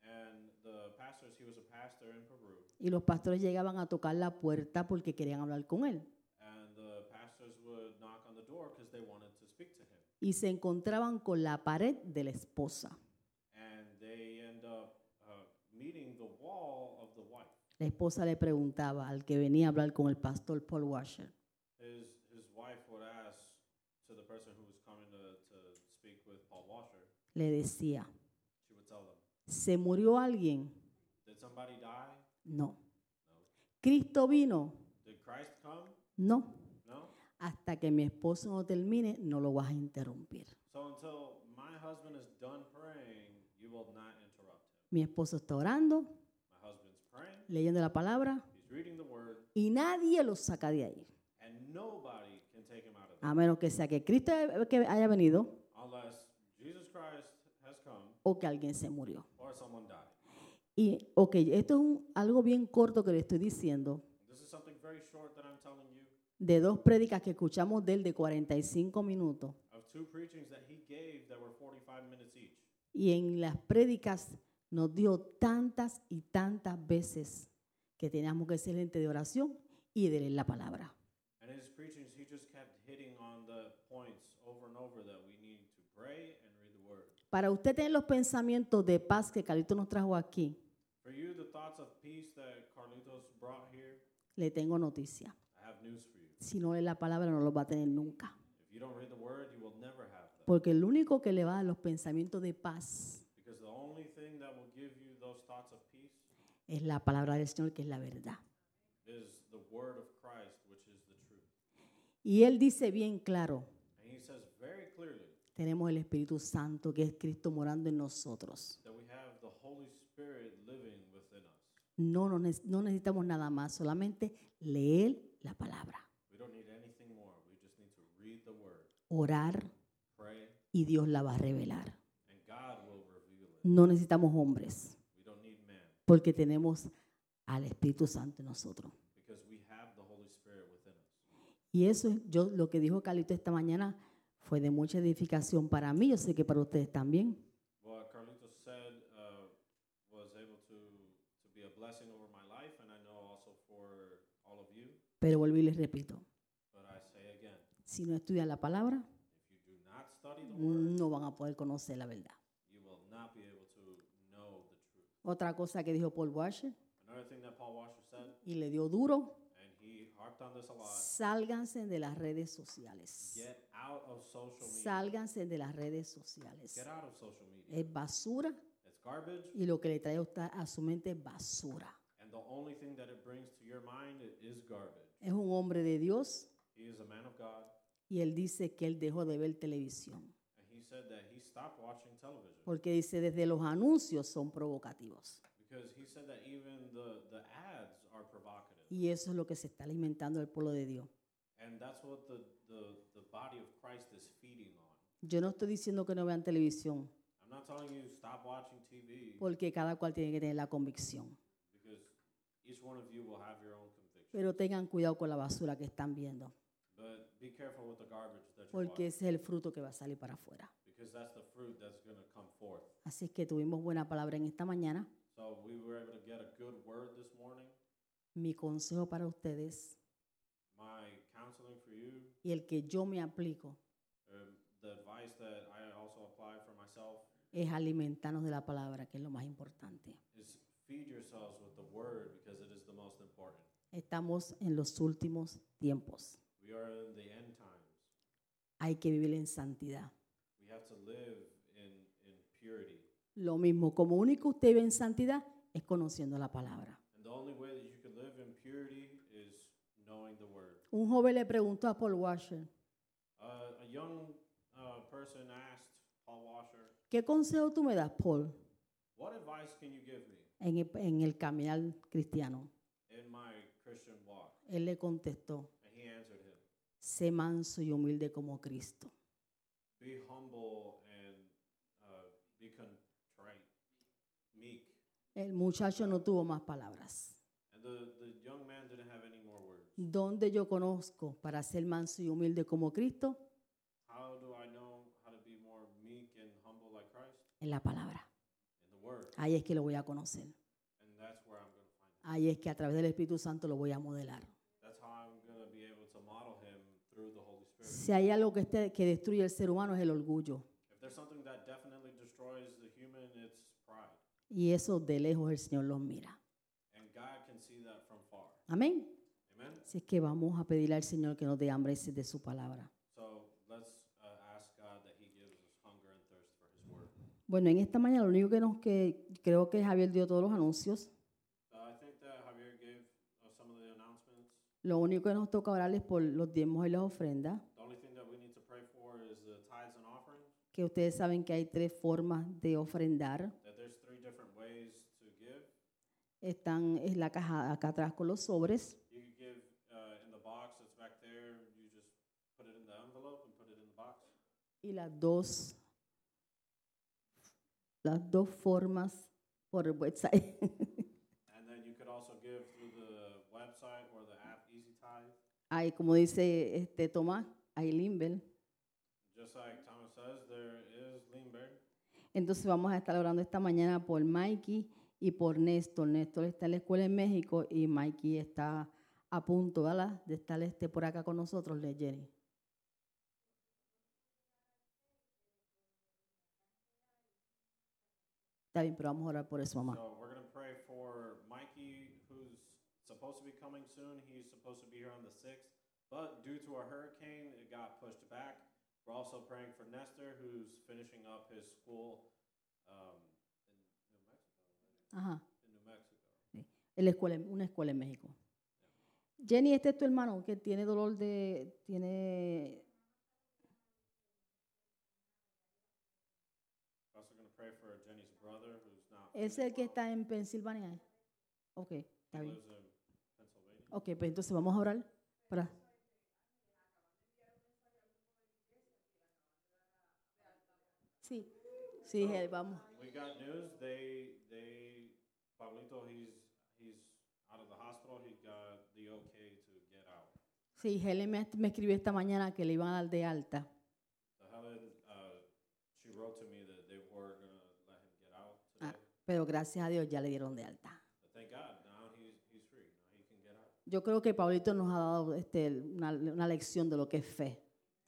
S1: And the pastors, he was a pastor in Peru.
S3: y los pastores llegaban a tocar la puerta porque querían hablar con él.
S1: And the pastors would knock on the door because they wanted to speak to him.
S3: Y se encontraban con la pared de la esposa.
S1: And they end up uh, meeting the wall of the wife.
S3: La esposa le preguntaba al que venía a hablar con el pastor Paul Washer,
S1: His, his wife would ask to the person who was coming to, to speak with Paul Washer,
S3: le decía,
S1: she would tell them,
S3: ¿Se murió alguien?
S1: Did somebody die?
S3: No.
S1: No.
S3: ¿Cristo vino?
S1: Did Christ come?
S3: No.
S1: No.
S3: Hasta que mi esposo no termine, no lo vas a interrumpir.
S1: So until my husband is done praying, you will not interrupt him.
S3: Mi esposo está orando,
S1: My husband's praying,
S3: leyendo la palabra,
S1: he's reading the word,
S3: y nadie lo saca de ahí.
S1: and nobody can take him out of
S3: A
S1: there
S3: menos que sea que Cristo haya- que haya venido
S1: unless Jesus Christ has come
S3: o que alguien se murió.
S1: or someone died.
S3: Y, ok, esto es un- algo bien corto que le estoy diciendo,
S1: This is something very short that I'm telling you
S3: de dos prédicas que escuchamos de él de 45 minutos.
S1: of two preachings that he gave that were 45 minutes each.
S3: Y en las prédicas nos dio tantas y tantas veces que teníamos que ser gente de oración y de leer la palabra.
S1: And in his preachings, he just kept hitting on the points over and over that we need to pray and read the word.
S3: Para usted tener los pensamientos de paz que Carlito nos trajo aquí,
S1: For you, the thoughts of peace that Carlitos brought here,
S3: le tengo noticia.
S1: I have news for you.
S3: Si no lee la palabra, no los va a tener nunca.
S1: If you don't read the word, you will never have them.
S3: Porque el único que le va a dar los pensamientos de paz
S1: Because the only thing that will give you those thoughts of peace
S3: es la palabra del Señor, que es la verdad.
S1: is the word of Christ, which is the truth.
S3: Y él dice bien claro,
S1: And he says very clearly
S3: tenemos el Espíritu Santo, que es Cristo morando en nosotros.
S1: that we have the Holy Spirit living within us.
S3: No, nos ne- no necesitamos nada más, solamente leer la palabra,
S1: We don't need anything more. We just need to read the word,
S3: orar
S1: pray,
S3: y Dios la va a revelar.
S1: and God will reveal it.
S3: No necesitamos hombres
S1: We don't need man
S3: porque tenemos al Espíritu Santo en nosotros.
S1: because we have the Holy Spirit within us.
S3: Y eso es- yo lo que dijo Calito esta mañana fue de mucha edificación para mí, yo sé que para ustedes también.
S1: What Carlitos said uh, was able to, to be a blessing over my life, and I know also for all of you.
S3: Pero vuelvo y les repito,
S1: But I say again,
S3: si no estudian la palabra,
S1: if you do not study the word,
S3: no van a poder conocer la verdad.
S1: you will not be able to know the truth.
S3: Otra cosa que dijo Paul Washer
S1: Another thing that Paul Washer said,
S3: y le dio duro,
S1: and he harped on this a lot,
S3: sálganse de las redes sociales.
S1: get out of social media.
S3: Sálganse de las redes sociales.
S1: Get out of social media.
S3: Es basura
S1: It's garbage,
S3: y lo que le trae a usted a su mente es basura.
S1: and the only thing that it brings to your mind i- is garbage.
S3: Es un hombre de Dios
S1: He is a man of God,
S3: y él dice que él dejó de ver televisión
S1: and he said that he stopped watching television.
S3: porque dice desde los anuncios son provocativos.
S1: Because he said that even the, the ads are provocative.
S3: Y eso es lo que se está alimentando el pueblo de Dios.
S1: And that's what the, the, the body of Christ is feeding on.
S3: Yo no estoy diciendo que no vean televisión
S1: I'm not telling you stop watching TV
S3: porque cada cual tiene que tener la convicción.
S1: because each one of you will have your own conviction.
S3: Pero tengan cuidado con la basura que están viendo
S1: But be careful with the garbage that you're
S3: porque
S1: watching
S3: ese es el fruto que va a salir para afuera.
S1: because that's the fruit that's going to come forth.
S3: Así es que tuvimos buena palabra en esta mañana.
S1: So we were able to get a good word this morning.
S3: Mi consejo para ustedes
S1: My counseling for you,
S3: y el que yo me aplico
S1: um, the advice that I also apply for myself,
S3: es alimentarnos de la palabra, que es lo más importante.
S1: is feed yourselves with the word because it is the most important.
S3: Estamos en los últimos tiempos.
S1: We are in the end times.
S3: Hay que vivir en santidad.
S1: We have to live in, in purity.
S3: Lo mismo, como único usted vive en santidad es conociendo la palabra.
S1: And the only way that you can live in purity is knowing the word.
S3: Un joven le preguntó a Paul Washer,
S1: Uh, a young uh, person asked Paul Washer,
S3: ¿qué consejo tú me das, Paul,
S1: What advice can you give me
S3: en el, en el caminar cristiano?
S1: in my Christian walk?
S3: Él le contestó,
S1: And he answered him,
S3: sé manso y humilde como Cristo.
S1: Be humble and uh, be contrite, meek.
S3: El muchacho no tuvo más palabras.
S1: And the, the young man didn't have any more words.
S3: ¿Dónde yo conozco para ser manso y humilde como Cristo?
S1: How do I know how to be more meek and humble like Christ?
S3: En la palabra.
S1: In the word.
S3: Ahí es que lo voy a conocer.
S1: And that's where I'm going to find
S3: Ahí es que a través del Espíritu Santo lo voy a modelar.
S1: That's how I'm going to be able to model him through the Holy Spirit.
S3: Si hay algo que, este- que destruye el ser humano es el orgullo.
S1: If there's something that definitely destroys the human, it's pride.
S3: Y eso de lejos el Señor los mira.
S1: And God can see that from far.
S3: Amén.
S1: Amen?
S3: Así es que vamos a pedirle al Señor que nos dé hambre y sed de su palabra.
S1: So let's uh, ask God that he gives us hunger and thirst for his word.
S3: Bueno, en esta mañana lo único que nos que creo que Javier dio todos los anuncios.
S1: Uh, I think that Javier gave uh, some of the announcements.
S3: Lo único que nos toca orar es por los diezmos y las ofrendas,
S1: The only thing that we need to pray for is the tithes and offerings,
S3: que ustedes saben que hay tres formas de ofrendar.
S1: that there's three different ways to give.
S3: Están en la caja acá atrás con los sobres.
S1: You can give uh, in the box that's back there. You just put it in the envelope and put it in the box.
S3: y las dos las dos formas por el website
S1: And then you could also give through the website or the app Easy Tithe.
S3: hay como dice este Tomás hay Limbel
S1: Just like Thomas says, there is Leanberg.
S3: entonces vamos a estar orando esta mañana por Mikey y por Néstor Néstor está en la escuela en México y Mikey está a punto ¿verdad? de estar este por acá con nosotros le Jenny está bien pero vamos a orar por eso mamá
S1: So we're going to pray for Mikey, who's supposed to be coming soon. He's supposed to be here on the 6th, but due to a hurricane, it got pushed back. We're also praying for Nestor, who's finishing up his school um, in New Mexico.
S3: ajá
S1: In New Mexico.
S3: en la escuela, en- una escuela en México. Jenny, este es tu hermano que tiene dolor de, tiene,
S1: We're also going to pray for Jenny's brother, who's not.
S3: es
S1: feeling
S3: el que
S1: well.
S3: está en Pensilvania. Ok, está
S1: He
S3: bien.
S1: lives in Pennsylvania.
S3: Ok, pues entonces vamos a orar para. Sí, sí, Gel, vamos.
S1: We got news. They they Pablito he's he's out of the hospital. He got the okay to get out.
S3: Sí, Helen me, me escribió esta mañana que le iban a dar de alta.
S1: So Helen, uh, she wrote to me that they were gonna let him get out
S3: Ah.
S1: today.
S3: Pero gracias a Dios ya le dieron de alta.
S1: But thank God now he's he's free. Now he can get out.
S3: Yo creo que Pablito nos ha dado este, una, una lección de lo que es fe.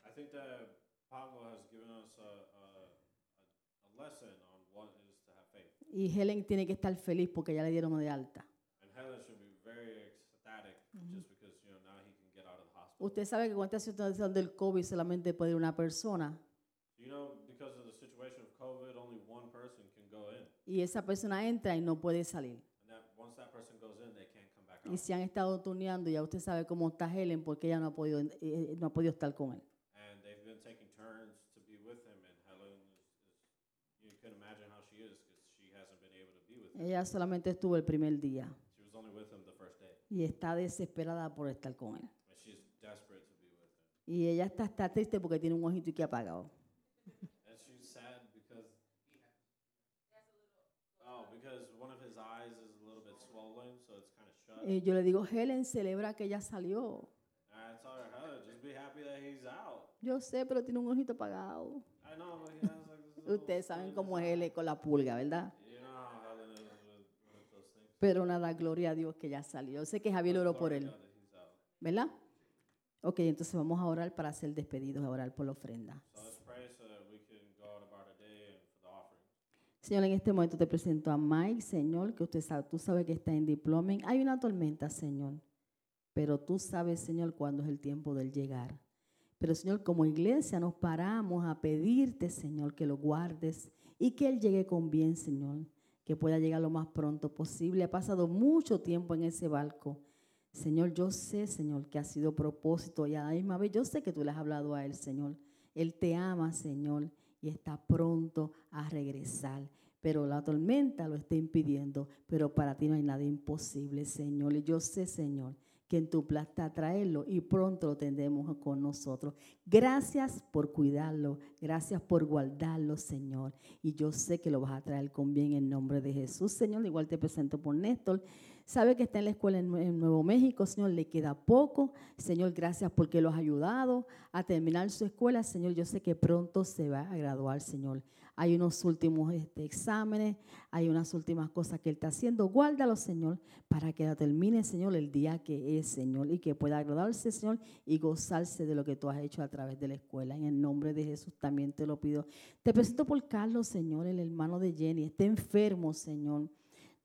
S1: I think that Pablo has given us a a, a, a lesson on what is to have faith.
S3: Y Helen tiene que estar feliz porque ya le dieron de alta.
S1: And Helen should be very ecstatic just because you know now he can get out of the hospital.
S3: Usted sabe que con esta situación del COVID solamente puede ir una persona.
S1: You know, because of the situation of COVID, only one person can go in.
S3: Y esa persona entra y no puede salir.
S1: And that once that person goes in, they can't come back out.
S3: Y si han estado tuneando, ya usted sabe cómo está Helen porque ella no ha podido, eh, eh, no ha podido estar con él.
S1: And they've been taking turns to be with him. And Helen, is, is, you can imagine how she is because she hasn't been able to be with him.
S3: Ella solamente estuvo el primer día
S1: She was only with him the first day,
S3: y está desesperada por estar con él.
S1: and she's desperate to be with him.
S3: Y ella está, está triste porque tiene un ojito y que apagado.
S1: And she's sad because. Oh, because one of his eyes is a little bit swollen, so it's kind of shut.
S3: Y Eh, yo le digo, Helen, celebra que ella salió.
S1: And I told her, Helen, just be happy that he's out.
S3: Yo sé, pero tiene un ojito apagado.
S1: I know, but he has like this little
S3: Ustedes saben
S1: swelling in
S3: cómo
S1: his
S3: es él con la pulga, ¿verdad?
S1: eye. You know how Helen is with, with those things.
S3: Pero nada, gloria a Dios que ya salió. Yo sé que Javier oró por
S1: Glory to
S3: él,
S1: God that he's out.
S3: ¿verdad? Ok, entonces vamos a orar para ser despedidos, a orar por la ofrenda.
S1: So let's pray so that we can go out about our day and for the offering.
S3: Señor, en este momento te presento a Mike, Señor, que usted sabe, tú sabes que está en diplomen. Hay una tormenta, Señor, pero tú sabes, Señor, cuándo es el tiempo del llegar. Pero, Señor, como iglesia nos paramos a pedirte, Señor, que lo guardes y que Él llegue con bien, Señor, que pueda llegar lo más pronto posible. Ha pasado mucho tiempo en ese barco. Señor, yo sé, Señor, que ha sido propósito y a la misma vez yo sé que tú le has hablado a Él, Señor. Él te ama, Señor, y está pronto a regresar. Pero la tormenta lo está impidiendo, pero para ti no hay nada imposible, Señor. Y yo sé, Señor, que en tu plan está traerlo y pronto lo tendremos con nosotros. Gracias por cuidarlo, gracias por guardarlo, Señor. Y yo sé que lo vas a traer con bien en nombre de Jesús, Señor. Igual te presento por Néstor. Sabe que está en la escuela en Nue- en Nuevo México, Señor, le queda poco. Señor, gracias porque lo has ayudado a terminar su escuela. Señor, yo sé que pronto se va a graduar, Señor. Hay unos últimos este, exámenes, hay unas últimas cosas que Él está haciendo. Guárdalo, Señor, para que la termine, Señor, el día que es, Señor, y que pueda agradarse, Señor, y gozarse de lo que tú has hecho a través de la escuela. En el nombre de Jesús también te lo pido. Te presento por Carlos, Señor, el hermano de Jenny. Está enfermo, Señor.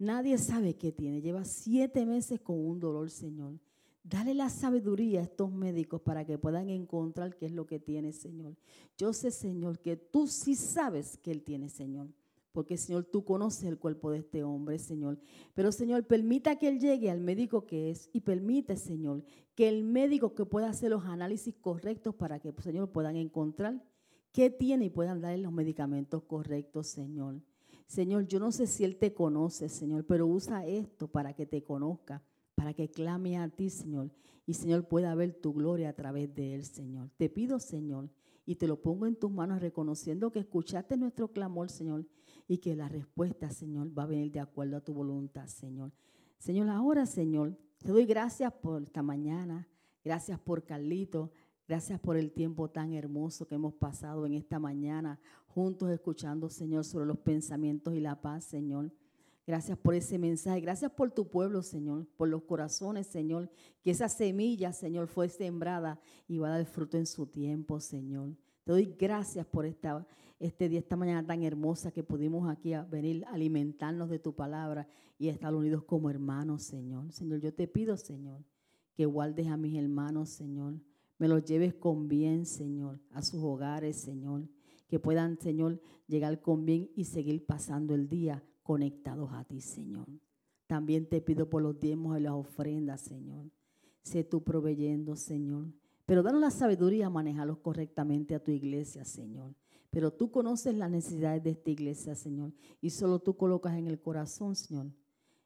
S3: Nadie sabe qué tiene. Lleva siete meses con un dolor, Señor. Dale la sabiduría a estos médicos para que puedan encontrar qué es lo que tiene, Señor. Yo sé, Señor, que tú sí sabes que Él tiene, Señor. Porque, Señor, tú conoces el cuerpo de este hombre, Señor. Pero, Señor, permita que Él llegue al médico que es y permite, Señor, que el médico que pueda hacer los análisis correctos para que, Señor, puedan encontrar qué tiene y puedan darle los medicamentos correctos, Señor. Señor, yo no sé si Él te conoce, Señor, pero usa esto para que te conozca, para que clame a ti, Señor, y Señor pueda ver tu gloria a través de Él, Señor. Te pido, Señor, y te lo pongo en tus manos reconociendo que escuchaste nuestro clamor, Señor, y que la respuesta, Señor, va a venir de acuerdo a tu voluntad, Señor. Señor, ahora, Señor, te doy gracias por esta mañana, gracias por Carlito, gracias por el tiempo tan hermoso que hemos pasado en esta mañana, juntos escuchando, Señor, sobre los pensamientos y la paz, Señor. Gracias por ese mensaje, gracias por tu pueblo, Señor, por los corazones, Señor, que esa semilla, Señor, fue sembrada y va a dar fruto en su tiempo, Señor. Te doy gracias por esta, este día, esta mañana tan hermosa que pudimos aquí a venir a alimentarnos de tu palabra y estar unidos como hermanos, Señor. Señor, yo te pido, Señor, que guardes a mis hermanos, Señor. Me los lleves con bien, Señor, a sus hogares, Señor. Que puedan, Señor, llegar con bien y seguir pasando el día conectados a ti, Señor. También te pido por los diezmos y las ofrendas, Señor. Sé tú proveyendo, Señor. Pero danos la sabiduría a manejarlos correctamente a tu iglesia, Señor. Pero tú conoces las necesidades de esta iglesia, Señor. Y solo tú colocas en el corazón, Señor,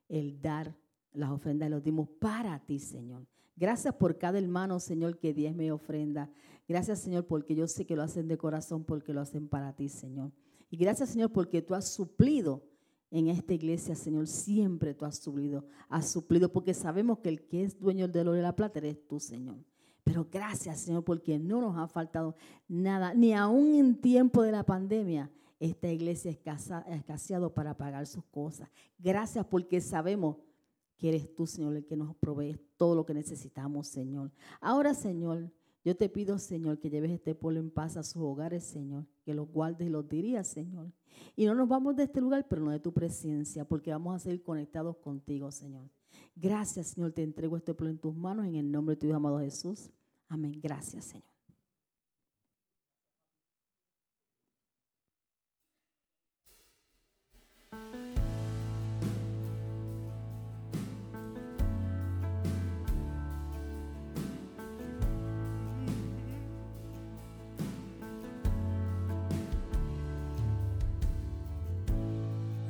S3: el dar Las ofrendas las dimos para ti, Señor. Gracias por cada hermano, Señor, que diezme y ofrenda. Gracias, Señor, porque yo sé que lo hacen de corazón, porque lo hacen para ti, Señor. Y gracias, Señor, porque tú has suplido en esta iglesia, Señor. Siempre tú has suplido, has suplido, porque sabemos que el que es dueño del oro y la plata eres tú, Señor. Pero gracias, Señor, porque no nos ha faltado nada, ni aún en tiempo de la pandemia. Esta iglesia ha escaseado para pagar sus cosas. Gracias porque sabemos que eres tú, Señor, el que nos provees todo lo que necesitamos, Señor. Ahora, Señor, yo te pido, Señor, que lleves este pueblo en paz a sus hogares, Señor, que los guardes y los dirías, Señor. Y no nos vamos de este lugar, pero no de tu presencia, porque vamos a seguir conectados contigo, Señor. Gracias, Señor, te entrego este pueblo en tus manos, en el nombre de tu Dios amado Jesús. Amén. Gracias, Señor.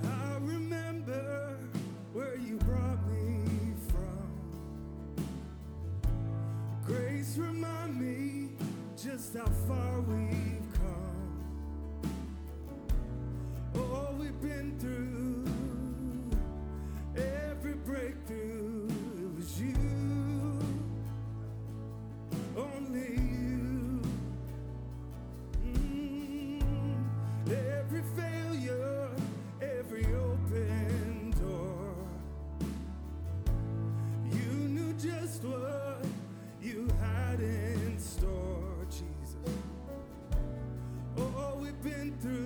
S4: I remember where you brought me from. Grace, remind me just how far we've come. All we've been through, every breakthrough, it was you. Only you. Mm, Every failure, every open door. You knew just what you had in store, Jesus. All Oh, we've been through.